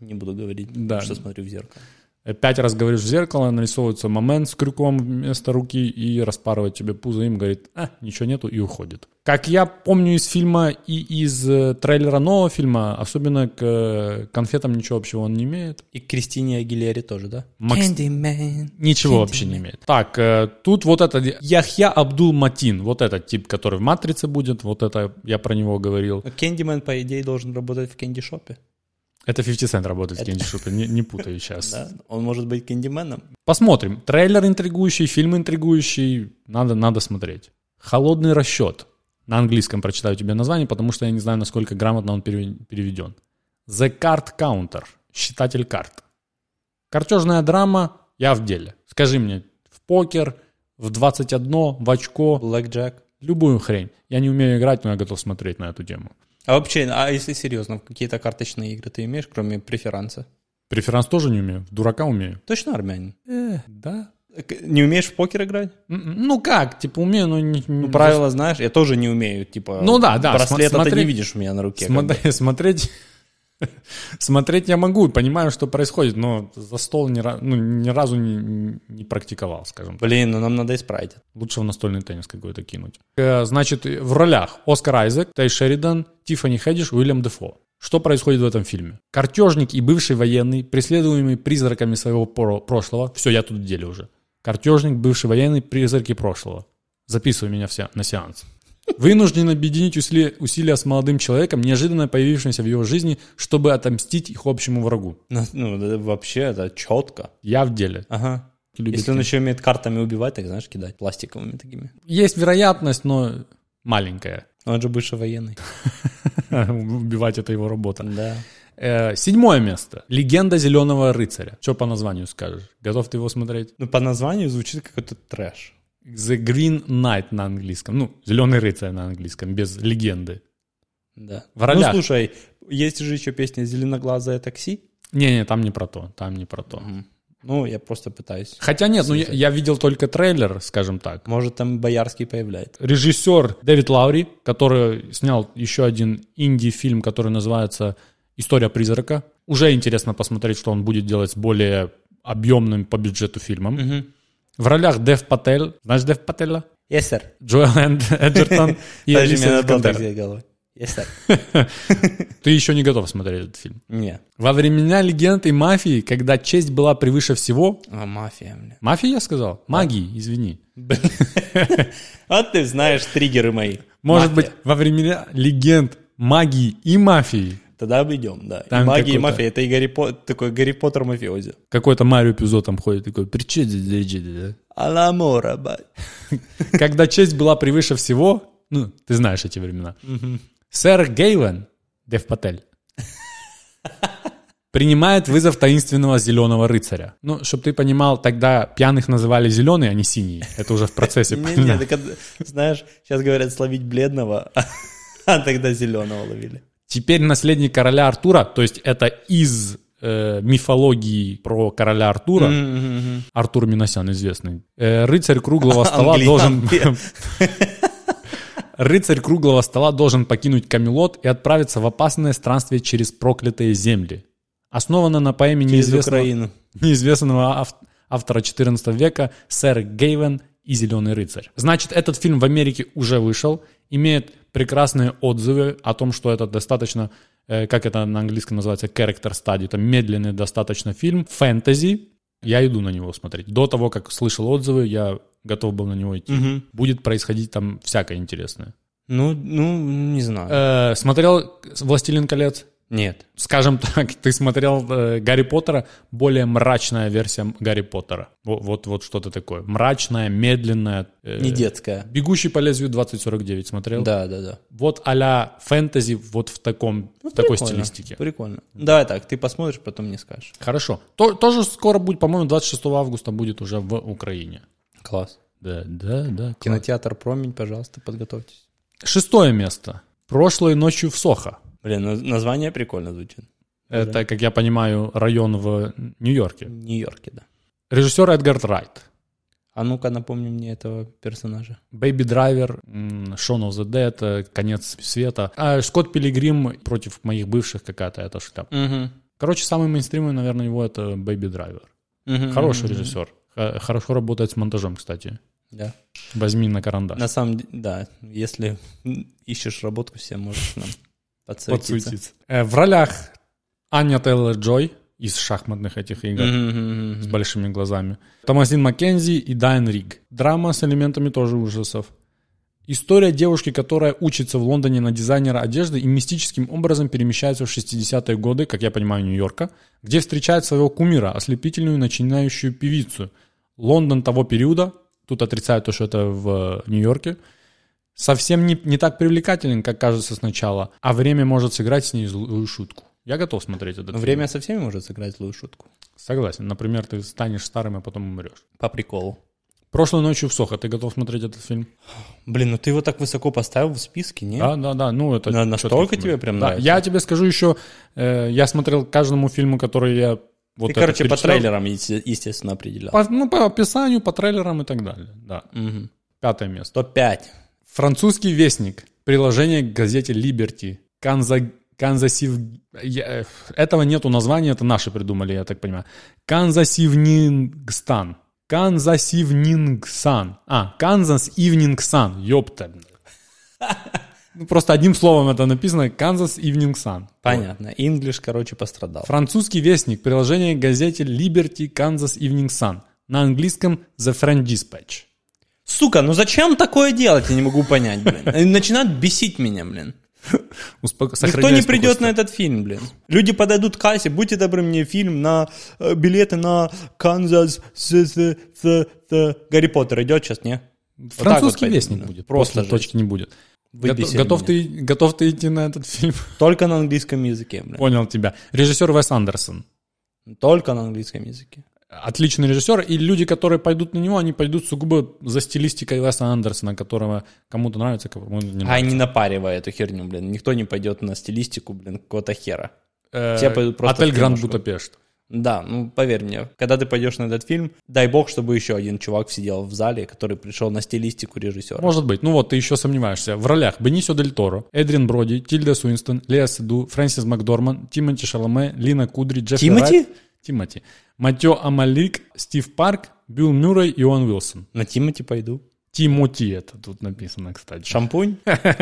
C: Не буду говорить,
B: Да.
C: что смотрю в зеркало.
B: Э, Пять раз говоришь в зеркало, нарисовывается момент с крюком вместо руки и распарывает тебе пузо, им говорит, а, ничего нету, и уходит. Как я помню из фильма и из э, трейлера нового фильма, особенно к э, конфетам ничего общего он не имеет.
C: И Кристине Агилере тоже, да?
B: Макс-
C: Candyman.
B: Ничего вообще не имеет. Так, э, тут вот этот Яхья Абдул Матин, вот этот тип, который в «Матрице» будет, вот это я про него говорил.
C: А Кэндимен, по идее, должен работать в кэнди-шопе.
B: Это 50 Cent работает в Кенди Шупе, не, не путаю сейчас.
C: Да? Он может быть кэндименом.
B: Посмотрим. Трейлер интригующий, фильм интригующий. Надо, надо смотреть. «Холодный расчет». На английском прочитаю тебе название, потому что я не знаю, насколько грамотно он переве- переведен. «The Card Counter». Считатель карт. Картежная драма. Я в деле. Скажи мне, в покер, в 21, в очко,
C: Блэк Джек.
B: любую хрень. Я не умею играть, но я готов смотреть на эту тему.
C: А вообще, а если серьезно, в какие-то карточные игры ты имеешь, кроме преферанса?
B: Преферанс тоже не умею. в Дурака умею.
C: Точно армянин?
B: да.
C: К- Не умеешь в покер играть?
B: Ну как, типа умею, но не, *laughs*
C: Ну, правила знаешь, я тоже не умею, типа...
B: Ну да, да,
C: Браслета
B: см-
C: ты
B: смотри-
C: не видишь у меня на руке.
B: Смо-
C: как бы.
B: Смотреть... *laughs* Смотреть я могу, понимаю, что происходит, но за стол ни, ра- ну, ни разу не, не практиковал, скажем так.
C: Блин, ну нам надо исправить. это.
B: Лучше в настольный теннис какой-то кинуть. Э, Значит, в ролях Оскар Айзек, Тей Шеридан, Тиффани Хедиш, Уильям Дефо. Что происходит в этом фильме? Картежник и бывший военный, преследуемый призраками своего поро- прошлого. Все, я тут в деле уже. Картежник, бывший военный, призраки прошлого. Записывай меня все на сеанс. Вынужден объединить усили- усилия с молодым человеком, неожиданно появившимся в его жизни, чтобы отомстить их общему врагу.
C: Ну, Ну, это вообще, это четко.
B: Я в деле.
C: Ага.
B: Любит
C: Если он еще умеет картами убивать, так знаешь, кидать пластиковыми такими.
B: Есть вероятность, но маленькая.
C: Он же бывший военный.
B: *laughs* Убивать это его работа.
C: Да.
B: Э, Седьмое место. Легенда Зеленого рыцаря. Что по названию скажешь? Готов ты его смотреть?
C: Ну, по названию звучит какой-то трэш.
B: The Green Knight на английском. Ну, Зеленый рыцарь на английском, без легенды.
C: Да.
B: В ролях.
C: Ну, слушай, есть же еще песня «Зеленоглазое такси».
B: Не-не, там не про то, там не про то.
C: Ну, я просто пытаюсь.
B: Хотя нет, ну я, я видел только трейлер, скажем так.
C: Может, там Боярский появляется.
B: Режиссер Дэвид Лаури, который снял еще один инди-фильм, который называется «История призрака». Уже интересно посмотреть, что он будет делать с более объемным по бюджету фильмом. В ролях Дев Патель, знаешь Дев Пателя?
C: Yes, sir.
B: Джоэл Энд- *laughs* Эджертон и
C: Подожди, мне
B: Алисия
C: надо было так
B: Искандер.
C: сделать головой. Yes, sir.
B: Ты еще не готов смотреть этот фильм.
C: Не.
B: Во времена легенд и мафии, когда честь была превыше всего...
C: А, мафия, мне.
B: Мафия, я сказал? Магии, извини.
C: А ты знаешь триггеры мои.
B: Может
C: Мафия.
B: быть, во времена легенд, магии и мафии
C: Тогда обойдем, да. И
B: Там
C: Магия и
B: какой-то-
C: мафия. Это и Гарри По- такой Гарри Поттер мафиози.
B: какой-то Марио Пюзо там ходит такой, «Причи здесь лежите,
C: Аламора, бать.
B: да?» Когда честь была превыше всего, ну, ты знаешь эти времена. Сэр Гейвен, Дев Патель, принимает вызов таинственного зеленого рыцаря. Ну, чтобы ты понимал, тогда пьяных называли зеленые, а не синие. Это уже в процессе.
C: Не-не,
B: понятно.
C: так это, знаешь, сейчас говорят словить бледного, *laughs* а тогда зеленого ловили.
B: Теперь наследник короля Артура, то есть это из э, мифологии про короля Артура, Артур Миносян известный, Э, рыцарь круглого стола
C: Англия-
B: должен...
C: Англия.
B: Рыцарь круглого стола должен покинуть Камелот и отправиться в опасное странствие через проклятые земли. Основано на поэме
C: *laughs* Из
B: неизвестного,
C: Украины.
B: *laughs* неизвестного ав- автора XIV века сэр Гейвен и Зеленый рыцарь. Значит, этот фильм в Америке уже вышел, имеет прекрасные отзывы о том, что это достаточно, э, как это на английском называется, character study, это медленный достаточно фильм, фэнтези. Я иду на него смотреть. До того, как слышал отзывы, я готов был на него идти.
C: Мгм.
B: Будет происходить там всякое интересное.
C: Ну, ну, не знаю.
B: Э, смотрел «Властелин колец»?
C: Нет.
B: Скажем так, *laughs* ты смотрел э, «Гарри Поттера», более мрачная версия «Гарри Поттера». Во- Вот, вот что-то такое. Мрачная, медленная. э,
C: Не детская.
B: «Бегущий по лезвию 2049» смотрел?
C: Да, да, да. Ну,
B: Вот а фэнтези вот в, таком, в такой
C: Прикольно,
B: стилистике.
C: Прикольно. Давай так, ты посмотришь, потом мне скажешь.
B: Хорошо. То- тоже скоро будет, по-моему, 26 августа будет уже в Украине.
C: Класс.
B: Да, да, да. класс.
C: Кинотеатр «Промень», пожалуйста, подготовьтесь.
B: Шестое место. «Прошлой ночью в Сохо».
C: Блин, наз- название прикольно звучит.
B: Это, как я понимаю, район в
C: В
B: Нью-Йорке.
C: Нью-Йорке, да.
B: Режиссер Эдгард Райт.
C: А ну-ка напомни мне этого персонажа.
B: Бэйби Драйвер, м, Shaun of the Dead, э, Конец света. А Скотт Пилигрим против моих бывших какая-то эта шляпа.
C: Угу.
B: Короче, самый мейнстримный, наверное, его это Бэйби Драйвер. Хороший режиссер. Х- Хорошо работает с монтажом, кстати.
C: Да.
B: Возьми на карандаш.
C: На самом деле, да, если ищешь работку, все можешь нам подсветиться.
B: Подсуетиться. Э, В ролях Аня Тейлор-Джой из шахматных этих игр. с большими глазами. Томасин Маккензи и Дайн Риг. Драма с элементами тоже ужасов. История девушки, которая учится в Лондоне на дизайнера одежды и мистическим образом перемещается в 60-е годы, как я понимаю, Нью-Йорка, где встречает своего кумира, ослепительную начинающую певицу. Лондон того периода, тут отрицают то, что это в э, Нью-Йорке, совсем не, не так привлекателен, как кажется сначала, а время может сыграть с ней злую шутку. Я готов смотреть этот фильм.
C: Ну, Время со всеми может сыграть злую шутку.
B: Согласен. Например, ты станешь старым, а потом умрешь.
C: По приколу.
B: Прошлой ночью в Сохо. Ты готов смотреть этот фильм?
C: Блин, ну ты его так высоко поставил в списке, не?
B: Да, да, да. Ну, это
C: На-
B: чёткий
C: настолько
B: фильм.
C: тебе прям
B: Да.
C: нравится?
B: Я тебе скажу еще, э, я смотрел к каждому фильму, который я вот
C: ты,
B: этот
C: короче, по
B: перечислял.
C: трейлерам, есте- естественно, определял.
B: По- ну, по описанию, по трейлерам и так далее. Да.
C: Мгм.
B: Пятое место.
C: Топ-5.
B: Французский вестник. Приложение к газете Liberty. Канза... Канзасив... я- э, Этого нету названия, это наши придумали, я так понимаю. Канзас Ивнингстан. Канзас Ивнингсан. А, Канзас Ивнингсан. Ёпта. *laughs* Ну, просто одним словом это написано. Канзас Ивнингсан.
C: Понятно. Инглиш, короче, пострадал.
B: Французский вестник. Приложение к газете Liberty Kansas Evening Sun. На английском The French Dispatch.
C: Сука, ну зачем такое делать, я не могу понять, блин. Начинают бесить меня, блин.
B: Успоко-
C: Никто
B: сохраняй
C: не придет на этот фильм, блин. Люди подойдут к кассе, будьте добры мне фильм на э, билеты на Канзас с- с- с- с- Гарри Поттер идет сейчас, не? Вот так вот
B: Французский
C: пойдем,
B: вестник
C: да.
B: будет.
C: Просто
B: Просто
C: жесть.
B: точки не будет. Готов,
C: Выбесили
B: готов
C: меня.
B: ты, готов ты идти на этот *laughs* фильм?
C: Только на английском языке, блин.
B: Понял тебя. Режиссер Вес Андерсон.
C: Только на английском языке.
B: Отличный режиссер, и люди, которые пойдут на него, они пойдут сугубо за стилистикой Веса Андерсона, которого кому-то нравится, кому-то не
C: А
B: нравится.
C: не напаривай эту херню, блин. Никто не пойдет на стилистику, блин, какого-то хера.
B: Э,
C: те пойдут просто
B: Отель
C: в
B: Гранд
C: киношку.
B: Будапешт.
C: Да, ну поверь мне, когда ты пойдешь на этот фильм, дай бог, чтобы еще один чувак сидел в зале, который пришел на стилистику режиссера.
B: Может быть. Ну вот, ты еще сомневаешься. В ролях Бенисио Дель Торо, Эдрин Броди, Тильда Суинстон, Леа Седу, Фрэнсис Макдорман, Тимоти Шаломе, Лина Кудри, Джеффри
C: Тимоти?
B: Райт. Тимати. Матё Амалик, Стив Парк, Билл Мюррей и Оуэн Уилсон.
C: На Тимати пойду.
B: Тимоти это тут написано, кстати.
C: Шампунь?
B: *laughs*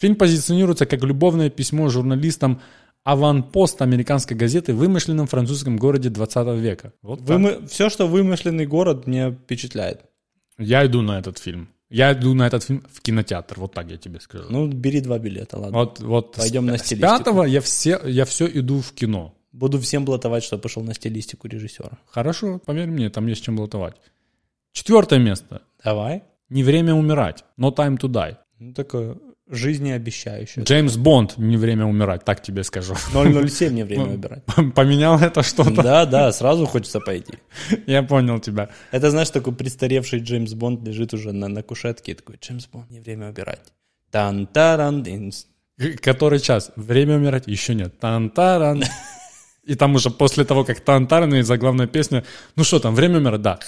B: Фильм позиционируется как любовное письмо журналистам аванпост американской газеты в вымышленном французском городе 20 века. Вот так.
C: Все, что вымышленный город, меня впечатляет.
B: Я иду на этот фильм. Я иду на этот фильм в кинотеатр. Вот так я тебе скажу.
C: Ну, бери два билета, ладно.
B: вот, вот
C: пойдем
B: с,
C: на
B: с
C: стилистику.
B: пятого я все, я все иду в кино.
C: Буду всем блатовать, что пошел на стилистику режиссера.
B: Хорошо, поверь мне, там есть чем блатовать. Четвертое место.
C: Давай.
B: Не время умирать. No time to die.
C: Ну, такое жизнеобещающее.
B: Джеймс Бонд. Не время умирать, так тебе скажу. *laughs*
C: 007 мне время выбирать.
B: Поменял это что-то?
C: Да, да, сразу хочется пойти.
B: Я понял тебя.
C: Это, знаешь, такой престаревший Джеймс Бонд лежит уже на, на кушетке и такой, Джеймс Бонд, не время убирать. тан таран динс.
B: Который час? Время умирать? Еще нет. Тантаран. И там уже после того, как тантаран и заглавная песня, ну что там, время умирать? Да.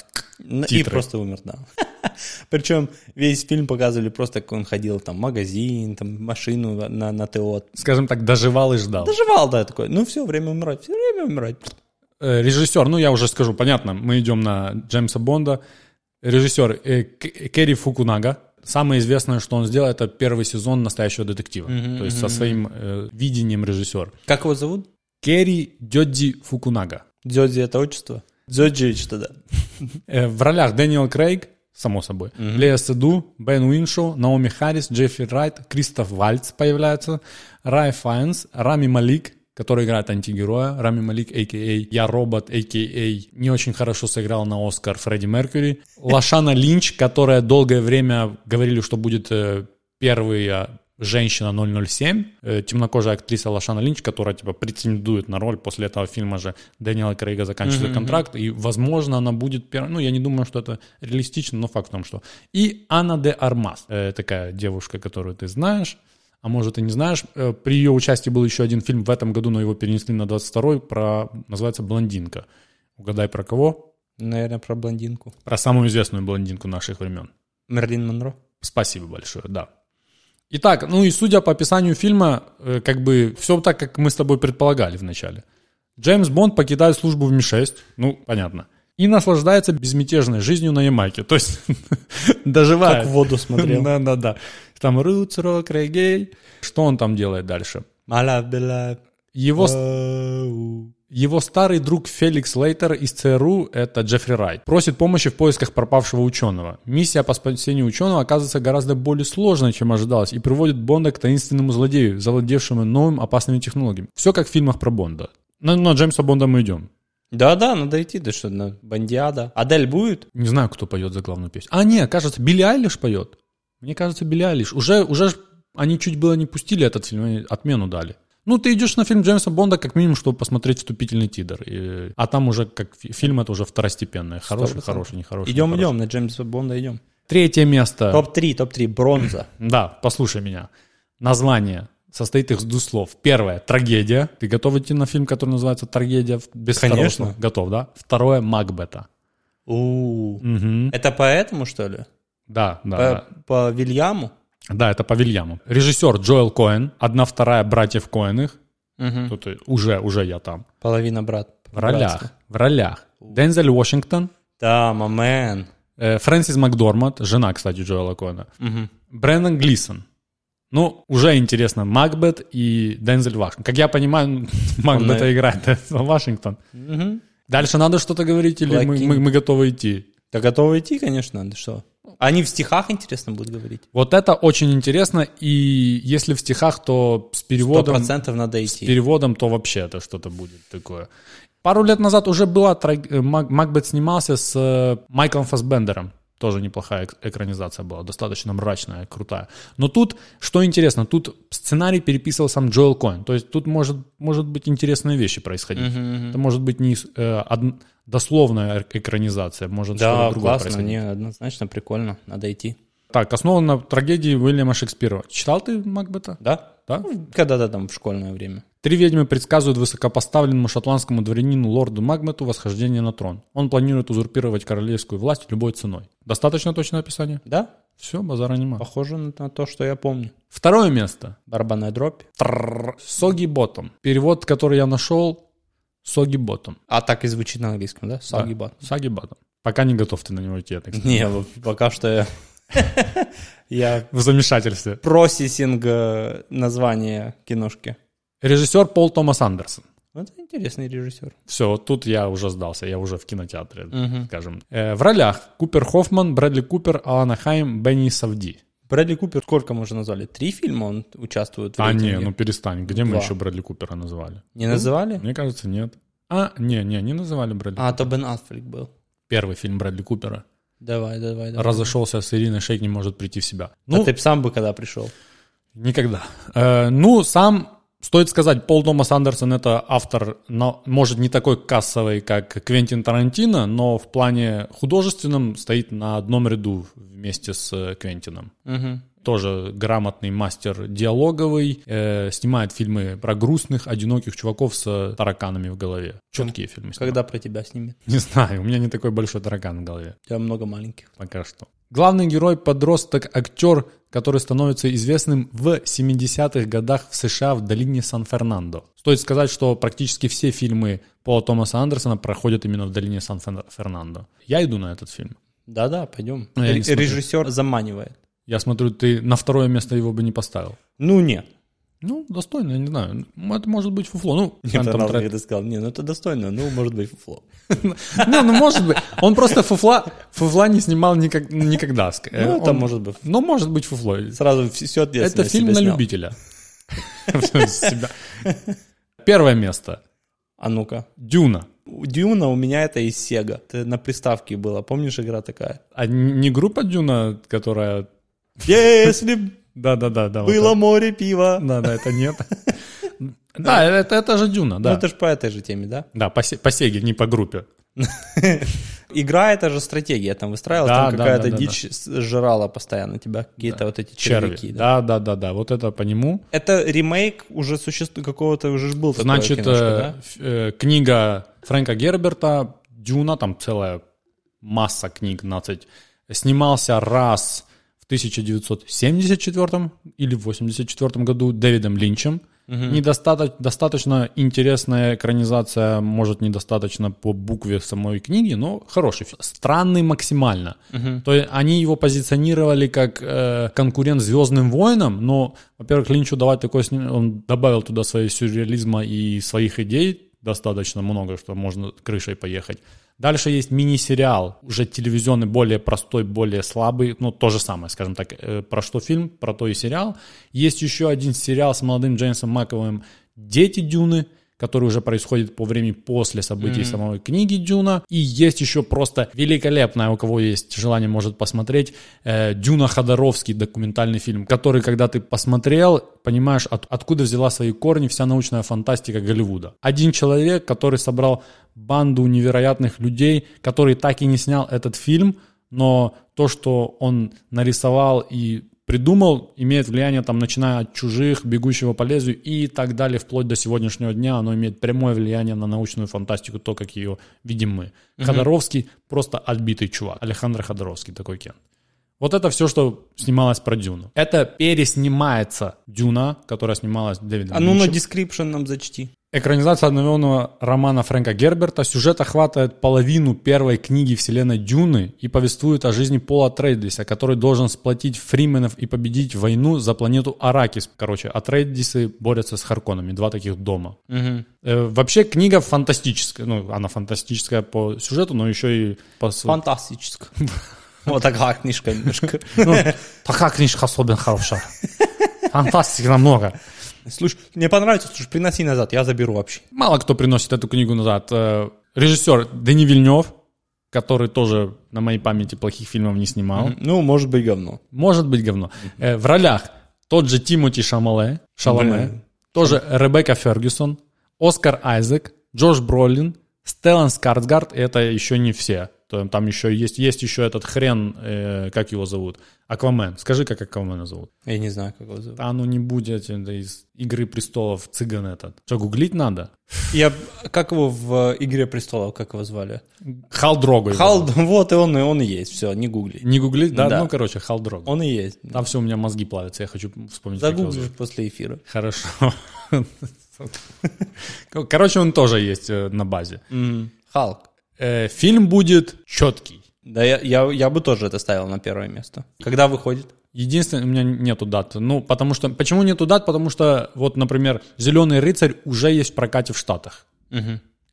C: Ну, И
B: Титры.
C: просто умер, да. *laughs* Причем весь фильм показывали просто, как он ходил там в магазин, там машину на, на ТО.
B: Скажем так, доживал и ждал.
C: Доживал, да, такой, ну все, время умирать, все время умирать.
B: Э, Режиссер, ну я уже скажу, понятно, мы идем на Джеймса Бонда. Режиссер э, К- Керри Фукунага. Самое известное, что он сделал, это первый сезон настоящего детектива. То есть со своим э, видением режиссер.
C: Как его зовут?
B: Керри Дёдзи Фукунага.
C: Дзёдзи это отчество? Дзёджевич тогда.
B: Э, В ролях Дэниел Крейг, само собой, Лея Седу, Бен Уиншоу, Наоми Харрис, Джеффри Райт, Кристоф Вальц появляется, Рай Файнс, Рами Малик, который играет антигероя, Рами Малик, а.к.а. Я Робот, а.к.а. не очень хорошо сыграл на Оскар Фредди Меркьюри, Лашана Линч, которая долгое время говорили, что будет э, первая женщина 007, э, темнокожая актриса Лашана Линч, которая типа претендует на роль после этого фильма же Дэниела Крейга заканчивает контракт, и возможно она будет первой, ну я не думаю, что это реалистично, но факт в том, что. И Анна де Армас, э, такая девушка, которую ты знаешь, а может и не знаешь, Э, при ее участии был еще один фильм в этом году, но его перенесли на 22-й, про, называется «Блондинка». Угадай про кого?
C: Наверное, про блондинку.
B: Про самую известную блондинку наших времен.
C: Мерлин Монро.
B: Спасибо большое, да. Итак, ну и судя по описанию фильма, э, как бы все так, как мы с тобой предполагали вначале. Джеймс Бонд покидает службу в Ми-6, ну, понятно, и наслаждается безмятежной жизнью на Ямайке. То есть *laughs* доживает. *laughs*
C: Как в воду смотрел.
B: Да-да-да. Там Roots, Rock, Reggae. Что он там делает дальше?
C: Мала была.
B: Его,
C: Э,
B: с-
C: Ау.
B: его старый друг Феликс Лейтер из ЦРУ, это Джеффри Райт, просит помощи в поисках пропавшего ученого. Миссия по спасению ученого оказывается гораздо более сложной, чем ожидалось, и приводит Бонда к таинственному злодею, завладевшему новым опасными технологиями. Все как в фильмах про Бонда. Но, но Джеймса Бонда мы идем.
C: Да-да, надо идти, да что, на бандиада. Адель будет?
B: Не знаю, кто поет за главную песню. А, нет, кажется, Билли Айлиш поет. Мне кажется, Билли Айлиш. Уже, уже ж они чуть было не пустили этот фильм, они отмену дали. Ну, ты идешь на фильм Джеймса Бонда как минимум, чтобы посмотреть вступительный тидер. И- а там уже как фи- фильм это уже второстепенное. Хороший,
C: процентов.
B: хороший, нехороший.
C: Идем,
B: нехороший.
C: идем, на Джеймса Бонда идем.
B: Третье место.
C: Топ-3, топ-3, бронза.
B: Да, послушай меня. Название состоит из двух слов. Первое – трагедия. Ты готов идти на фильм, который называется «Трагедия»? в- Без второго
C: Конечно.
B: слова? Готов, да? Второе – Макбета.
C: У.
B: Мгм.
C: Это поэтому, что ли?
B: Да, да, да.
C: По, по Вильяму?
B: Да, это по Вильяму. Режиссер Джоэл Коэн, одна вторая братьев Коэных. Тут и- уже, уже я там.
C: Половина брат.
B: В ролях, в ролях. Дензель Вашингтон,
C: Да, мамен.
B: э, Фрэнсис Макдормат, жена, кстати, Джоэла Коэна. Брэндон Глисон. Ну, уже интересно, Макбет и Дензель Вашингтон. Как я понимаю, *laughs* Макбета
C: на-
B: играет Дензел *laughs* Вашингтон.
C: Мгм.
B: Дальше надо что-то говорить или мы-
C: Лакин.
B: мы- мы готовы идти?
C: Да готовы идти, конечно, надо что. Они в стихах, интересно, будут говорить?
B: Вот это очень интересно, и если в стихах, то с
C: Сто
B: переводом...
C: процентов надо
B: с
C: идти.
B: переводом, то вообще это что-то будет такое. Пару лет назад уже была... траг- э, Мак- Макбет снимался с э, Майклом Фассбендером. Тоже неплохая эк- экранизация была, достаточно мрачная, крутая. Но тут, что интересно, тут сценарий переписывал сам Джоэл Коэн. То есть тут может, может быть интересные вещи происходить. Это может быть не с- э, одн- дословная эк- экранизация, может
C: Да,
B: что-то другое
C: классно,
B: происходить.
C: не, однозначно прикольно, надо идти.
B: Так, основано на трагедии Уильяма Шекспира. Читал ты Макбета?
C: Да?
B: Да?
C: Ну, Когда-то там в школьное время.
B: Три ведьмы предсказывают высокопоставленному шотландскому дворянину лорду Магмету восхождение на трон. Он планирует узурпировать королевскую власть любой ценой. Достаточно точное описание?
C: Да?
B: Все, базара нема.
C: Похоже на на то, что я помню.
B: Второе место.
C: Барабанная дробь.
B: Соги Ботом. Перевод, который я нашел, Соги Ботом.
C: А так и звучит на английском, да? Сагибат.
B: Саги Ботом. Пока не готов ты на него идти, я так
C: Не, вот пока что я... Я
B: *laughs*
C: *laughs*
B: В замешательстве.
C: просисинг э, названия киношки.
B: Режиссер Пол Томас Андерсон.
C: Вот Это интересный режиссер.
B: Все, тут я уже сдался, я уже в кинотеатре, скажем. Э, в ролях Купер Хоффман, Брэдли Купер, Алана Хайм, Бенни Савди.
C: Брэдли Купер, сколько мы уже назвали? Три фильма он участвует в
B: А, не,
C: рейтинге.
B: ну перестань, где мы
C: Два. Э.
B: еще Брэдли Купера называли?
C: Не называли?
B: Мне кажется, нет. А, не, не, не называли Брэдли.
C: А, то Бен Аффлек был.
B: Первый фильм Брэдли Купера.
C: Давай, давай, давай.
B: Разошелся с Ириной Шейк, не может прийти в себя.
C: Ну,
B: Ну,
C: ты б сам бы когда пришел.
B: Никогда. Э, ну, сам стоит сказать, Пол Томас Андерсон это автор, но, может, не такой кассовый, как Квентин Тарантино, но в плане художественном стоит на одном ряду вместе с э, Квентином. Тоже грамотный мастер диалоговый, э, снимает фильмы про грустных, одиноких чуваков с э, тараканами в голове. Четкие фильмы. снимает.
C: Когда про тебя снимет?
B: Не знаю, у меня не такой большой таракан в голове
C: У тебя много маленьких.
B: пока что. Главный герой – подросток, актер, который становится известным в 70-х годах в США в долине Сан-Фернандо. Стоит сказать, что практически все фильмы Пола Томаса Андерсона проходят именно в долине Сан-Фернандо. Я иду на этот фильм.
C: Да-да, пойдем.
B: Ну, я не
C: Ре-
B: смотрю.
C: Режиссер заманивает.
B: Я смотрю, ты на второе место его бы не поставил.
C: Ну, нет.
B: Ну, достойно, я не знаю. Ну, Это может быть фуфло.
C: *laughs*
B: Ну,
C: Мне
B: Phantom Thread.
C: понравилось, когда ты сказал, не, ну это достойно, ну, может быть, фуфло.
B: Ну, ну, может быть. Он просто фуфла, фуфла не снимал никак- никогда. Ск- э,
C: Ну, это
B: он-
C: может быть.
B: Ну, может быть, фуфло.
C: Сразу все ответственность
B: Это фильм
C: себе
B: на
C: снял.
B: любителя.
C: *laughs*
B: Себя. Первое место.
C: А ну-ка.
B: Дюна.
C: У Дюна у меня это из Сега. Это на приставке было. Помнишь,
B: *laughs*
C: игра такая?
B: А н- не группа Дюна, которая...
C: Если б
B: Да-да-да. да. вот
C: было
B: это.
C: море пива. Ну,
B: Да-да, это нет. Да, это, это же Дюна, да.
C: Ну, это же по этой же теме, да?
B: Да, по, се- по Сеге, не по группе.
C: Игра это же стратегия там выстраивалась,
B: Да, да,
C: там какая-то
B: да, да,
C: дичь с- жрала постоянно тебя, какие-то вот эти червяки.
B: Черви.
C: да.
B: Да-да-да-да, вот это по нему.
C: Это ремейк уже существует, какого-то уже ж был такое
B: Значит,
C: киношко,
B: э,
C: да?
B: ф- э, книга Фрэнка Герберта, Дюна, там целая масса книг, 12. Снимался раз в 1974 или 84 году Дэвидом Линчем. Недостаточно, достаточно интересная экранизация, может, недостаточно по букве самой книги, но хороший фильм. Странный максимально. То есть они его позиционировали как э, конкурент Звездным войнам, но, во-первых, Линчу давать такой сни- он добавил туда свои сюрреализма и своих идей достаточно много, что можно крышей поехать. Дальше есть мини-сериал, уже телевизионный, более простой, более слабый, ну, то же самое, скажем так, э, про что фильм, про то и сериал. Есть еще один сериал с молодым Джеймсом Маковым «Дети Дюны», который уже происходит по времени после событий самой книги Дюна. И есть еще просто великолепная, у кого есть желание, может посмотреть, э, Дюна Ходоровский документальный фильм, который, когда ты посмотрел, понимаешь, от- откуда взяла свои корни вся научная фантастика Голливуда. Один человек, который собрал банду невероятных людей, который так и не снял этот фильм, но то, что он нарисовал и придумал, имеет влияние там, начиная от чужих, бегущего по лезвию и так далее, вплоть до сегодняшнего дня, оно имеет прямое влияние на научную фантастику, то, как ее видим мы. Ходоровский просто отбитый чувак. Александр Ходоровский такой кен. Вот это все, что снималось про Дюну. Это переснимается Дюна, которая снималась Дэвидом
C: А ну на
B: Линчем.
C: description нам зачти.
B: Экранизация одноименного романа Фрэнка Герберта. Сюжет охватывает половину первой книги вселенной Дюны и повествует о жизни Пола Трейдиса, который должен сплотить фрименов и победить войну за планету Аракис. Короче, Атрейдисы борются с Харконами, два таких дома. Э, вообще книга фантастическая. Ну, она фантастическая по сюжету, но еще и по... с- *laughs*
C: Фантастически. Вот такая книжка немножко.
B: Ну, *laughs* такая книжка особенно хорошая. Фантастики намного.
C: Слушай, мне понравится, слушай, приноси назад, я заберу вообще.
B: Мало кто приносит эту книгу назад. Э, Режиссер Дени Вильнев, который тоже на моей памяти плохих фильмов не снимал.
C: Ну, может быть, говно.
B: Может быть говно. Э, В ролях тот же Тимоти Шамале, Шаломе,
C: Блин.
B: тоже Ребекка Фергюсон, Оскар Айзек, Джош Бролин, Стеллан Скарсгард. и Это еще не все. То- Там еще есть, есть еще этот хрен, э, как его зовут? Аквамен. Скажи, как Аквамена зовут.
C: Я не знаю, как его зовут.
B: А ну не будет это из «Игры престолов» цыган этот. Что, гуглить надо?
C: Я, как его в э, «Игре престолов», как его звали?
B: Халдрого. его
C: Халд, *laughs* вот и он, и он и есть, все, не гугли.
B: Не гуглить? Да,
C: Да.
B: ну, короче, Халдрог.
C: Он и есть.
B: Там все у меня мозги плавятся, я хочу вспомнить. как его
C: Загуглишь
B: зовут.
C: после эфира.
B: Хорошо. *laughs* Короче, он тоже есть э, на базе.
C: Халк.
B: Э, Фильм будет четкий.
C: Да, я, я, я бы тоже это ставил на первое место. Когда выходит?
B: Единственное, у меня нету дат. Ну, потому что... Почему нету дат? Потому что, вот, например, «Зеленый рыцарь» уже есть в прокате в Штатах.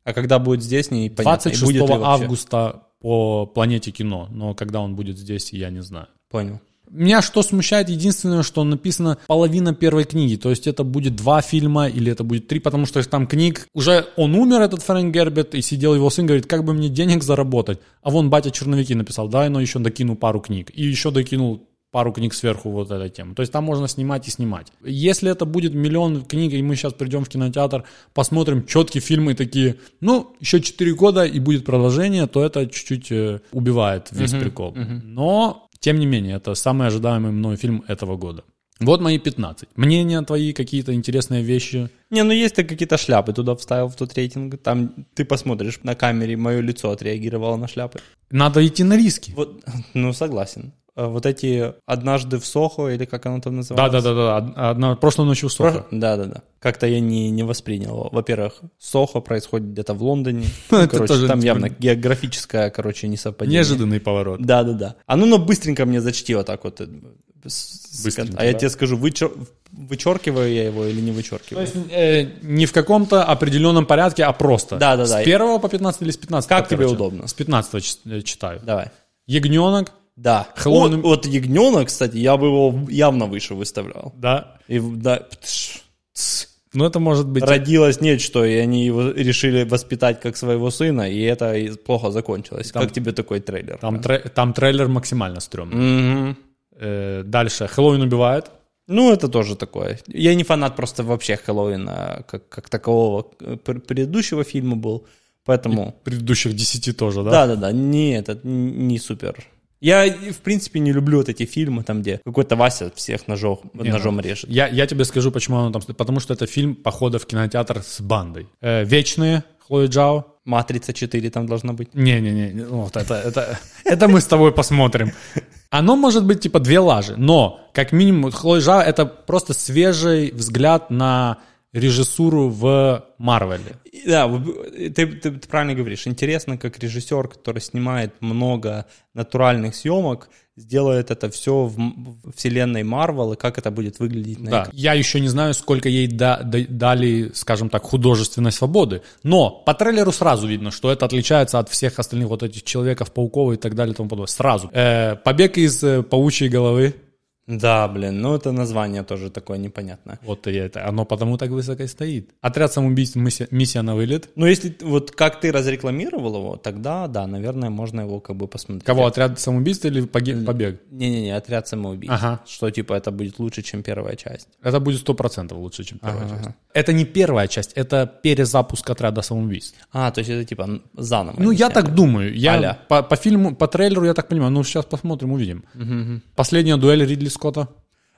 C: А когда будет здесь, не понятно. И
B: 26
C: будет ли вообще?
B: августа по планете кино. Но когда он будет здесь, я не знаю.
C: Понял.
B: Меня что смущает, единственное, что написано половина первой книги. То есть это будет два фильма или это будет три, потому что там книг... Уже он умер, этот Фрэнк Герберт, и сидел его сын, говорит, как бы мне денег заработать. А вон батя Черновики написал, да, но еще докину пару книг. И еще докинул пару книг сверху вот этой темы. То есть там можно снимать и снимать. Если это будет миллион книг, и мы сейчас придем в кинотеатр, посмотрим четкие фильмы и такие, ну, еще 4 года и будет продолжение, то это чуть-чуть э, убивает весь прикол. Но, тем не менее, это самый ожидаемый мной фильм этого года. Вот мои 15. Мнения твои, какие-то интересные вещи.
C: Не, ну есть-то какие-то шляпы туда вставил в тот рейтинг. Там ты посмотришь на камере, мое лицо отреагировало на шляпы.
B: Надо идти на риски.
C: Вот, *laughs* ну согласен. Э, Вот эти «Однажды в Сохо» или как оно там называется?
B: Да-да-да, од- одна- прошлой ночью в Сохо.
C: Да-да-да. Как-то я не, не воспринял. его. Во-первых, Сохо происходит где-то в Лондоне.
B: *laughs* Это
C: Короче,
B: тоже
C: там
B: типа-
C: явно географическое, короче, несовпадение.
B: Неожиданный поворот.
C: Да-да-да. А ну, но быстренько мне зачти вот так вот. э, с-
B: Быстренько,
C: А я
B: да.
C: тебе скажу, вычер- вычеркиваю я его или не вычеркиваю?
B: То есть э, не в каком-то определенном порядке, а просто.
C: Да-да-да.
B: С 1 по 15 или с 15?
C: Как тебе удобно.
B: С 15 чит- э, читаю.
C: Давай.
B: Ягненок,
C: Да.
B: Хлон-
C: Вот, вот ягненок, кстати, я бы его явно выше выставлял.
B: да.
C: И в- да, пш, тс,
B: Ну это может быть...
C: родилось нечто, и они его решили воспитать как своего сына, и это и плохо закончилось. Как тебе такой трейлер?
B: Там, тре- там трейлер максимально стрёмный.
C: Мгм.
B: Э, дальше. Хэллоуин убивает.
C: Ну, это тоже такое. Я не фанат просто вообще Хэллоуина а, как, как такового э, пр- предыдущего фильма был, поэтому...
B: Предыдущих 10 тоже, да?
C: Да-да-да, не этот, н- не супер. Я, в принципе, не люблю вот эти фильмы, там, где какой-то Вася всех ножом,
B: ну,
C: ножом режет.
B: Я, я тебе скажу, почему оно там... стоит. Потому что это фильм похода в кинотеатр с бандой. Э, Вечные, Хлоя Джао.
C: Матрица 4 там должна быть.
B: Не-не-не, не, ну, вот это, это, это мы с тобой посмотрим. Оно может быть типа две лажи, но как минимум Хлоя Жао это просто свежий взгляд на режиссуру в Марвеле.
C: И Да, вы- э, ты, ты- ты правильно говоришь. Интересно, как режиссер, который снимает много натуральных съемок, сделает это все в, м- в вселенной Марвел, и как это будет выглядеть на
B: Да.
C: экране.
B: Я еще не знаю, сколько ей да- да- дали, скажем так, художественной свободы, но по трейлеру сразу видно, что это отличается от всех остальных вот этих Человеков, Пауков и так далее и тому подобное. Сразу. Э, побег из э, паучьей головы.
C: Да, блин, ну это название тоже такое непонятное.
B: Вот и это, оно потому так высоко и стоит. Отряд самоубийств, миссия, миссия на вылет.
C: Ну, если т- вот как ты разрекламировал его, тогда да, наверное, можно его как бы посмотреть.
B: Кого, отряд самоубийств или поге- побег?
C: Не-не-не, отряд самоубийц.
B: Ага.
C: Что типа это будет лучше, чем первая часть.
B: Это будет сто процентов лучше, чем первая часть. Это не первая часть, это перезапуск отряда самоубийств.
C: А, то есть это типа н- заново.
B: Ну,
C: они
B: я
C: сняли.
B: так думаю. Я
C: Аля.
B: по, по фильму, по трейлеру, я так понимаю. Ну, сейчас посмотрим, увидим. Последняя дуэль Ридли Скотта.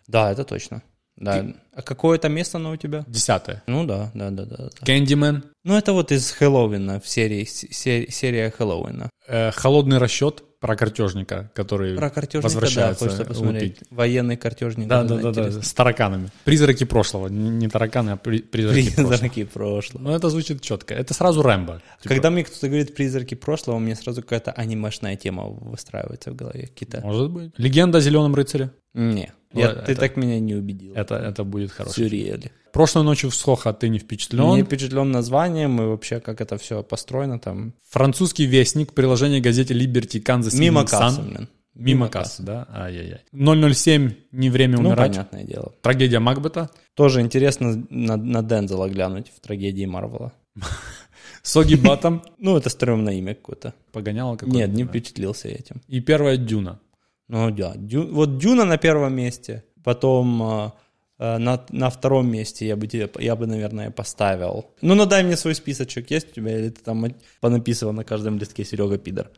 C: Да, это точно. Да. А какое то место оно у тебя?
B: Десятая.
C: Ну да, да, да, да. да.
B: Кэндимен.
C: Ну это вот из Хэллоуина, в серии, с- се- серия Хэллоуина.
B: Э, холодный расчет про картежника, который
C: Про картежника, да,
B: возвращается
C: хочется посмотреть.
B: лупить.
C: Военный картежник.
B: Да, да, да, да,
C: интересно.
B: с тараканами. Призраки прошлого. Не, не тараканы, а при- призраки прошлого.
C: Призраки прошлого.
B: Ну, это звучит четко. Это сразу Рэмбо. Типа,
C: Когда мне кто-то говорит призраки прошлого, у меня сразу какая-то анимешная тема выстраивается в голове. Какие-то...
B: Может быть. Легенда о зеленом рыцаре.
C: Не,
B: Ну,
C: я-
B: это-
C: ты так меня не убедил.
B: Это, это будет хорошо.
C: Сюрреаль.
B: Прошлой ночью в Сохо а ты не впечатлен.
C: Не впечатлен названием и вообще, как это все построено там.
B: Французский вестник, приложение газете Liberty Kansas Evening
C: Мимо
B: Sun.
C: кассы, блин.
B: Мимо кассы, да? Ай-яй-яй. 007 «Не время
C: Ну,
B: умирать».
C: понятное дело.
B: Трагедия Макбета.
C: Тоже интересно на, на Дензела глянуть в трагедии Марвела. *laughs*
B: Соги Батом.
C: Ну, это стрёмное имя какое-то.
B: Погоняло какое-то.
C: Нет, не
B: знаю.
C: впечатлился я этим.
B: И первая Дюна.
C: Ну да, Дю- вот Дюна на первом месте, потом э, э, на, на втором месте я бы, тебе, я бы, наверное, поставил. Ну, ну дай мне свой списочек, есть у тебя, или ты там от- понаписывал на каждом листке Серега Пидор.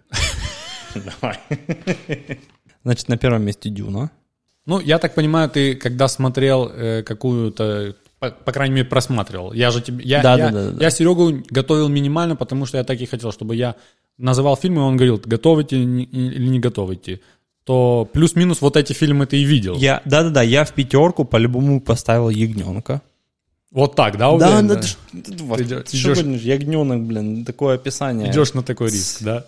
C: *laughs* Давай. Значит, на первом месте Дюна.
B: Ну, я так понимаю, ты когда смотрел э, какую-то по, по крайней мере, просматривал. Я же тебе... Я,
C: Да,
B: я,
C: да, да, да.
B: я Серегу готовил минимально, потому что я так и хотел, чтобы я называл фильмы, и он говорил, готовите или не готовите. То плюс-минус вот эти фильмы ты и видел.
C: Я, да-да-да, я в пятерку по-любому поставил Ягненка.
B: Вот так, да,
C: Да,
B: уверенно?
C: надо ж- вот,
B: идё-
C: что
B: идёшь-
C: говоришь, ягненок, блин, такое описание.
B: Идешь на такой риск, да?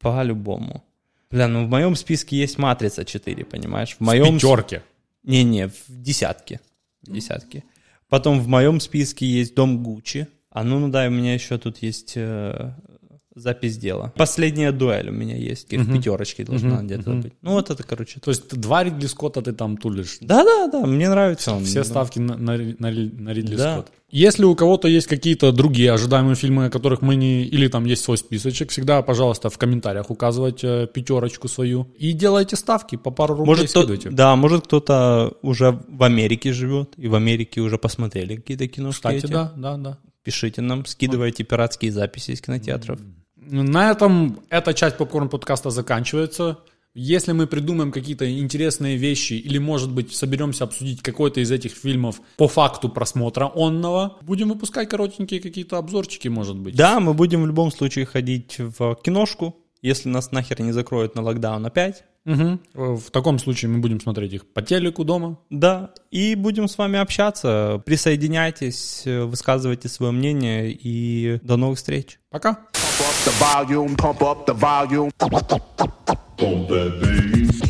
C: По-любому. Бля, ну в моем списке есть «Матрица 4», понимаешь? В
B: В
C: моем...
B: пятерке.
C: Не-не, в десятке. В десятке. Потом в моем списке есть «Дом Гуччи». А ну, ну да, у меня еще тут есть э, запись дела. «Последняя дуэль» у меня есть. В пятерочке должна где-то быть. Ну вот это, короче,
B: То есть два Ридли Скотта ты там тулишь.
C: Да-да-да, мне нравится он.
B: Все
C: Да.
B: ставки на, на, Ри- на Ри- на Ридли
C: Да.
B: Скотт. Если у кого-то есть какие-то другие ожидаемые фильмы, о которых мы не... Или там есть свой списочек, всегда, пожалуйста, в комментариях указывать э, пятерочку свою. И делайте ставки, по пару рублей
C: Может, кто-
B: скидывайте.
C: да, может кто-то уже в Америке живет, и в Америке уже посмотрели какие-то киношки
B: Кстати,
C: эти.
B: да, да, да.
C: Пишите нам, скидывайте пиратские записи из кинотеатров.
B: На этом эта часть попкорн-подкаста заканчивается. Если мы придумаем какие-то интересные вещи или, может быть, соберемся обсудить какой-то из этих фильмов по факту просмотра онного, будем выпускать коротенькие какие-то обзорчики, может быть.
C: Да, мы будем в любом случае ходить в киношку, если нас нахер не закроют на локдаун опять.
B: Мгм. Э, В таком случае мы будем смотреть их по телеку дома.
C: Да, и будем с вами общаться. Присоединяйтесь, э, высказывайте свое мнение и до новых встреч.
B: Пока.
D: Pump up the volume, pump up the volume.
E: Pump that bass.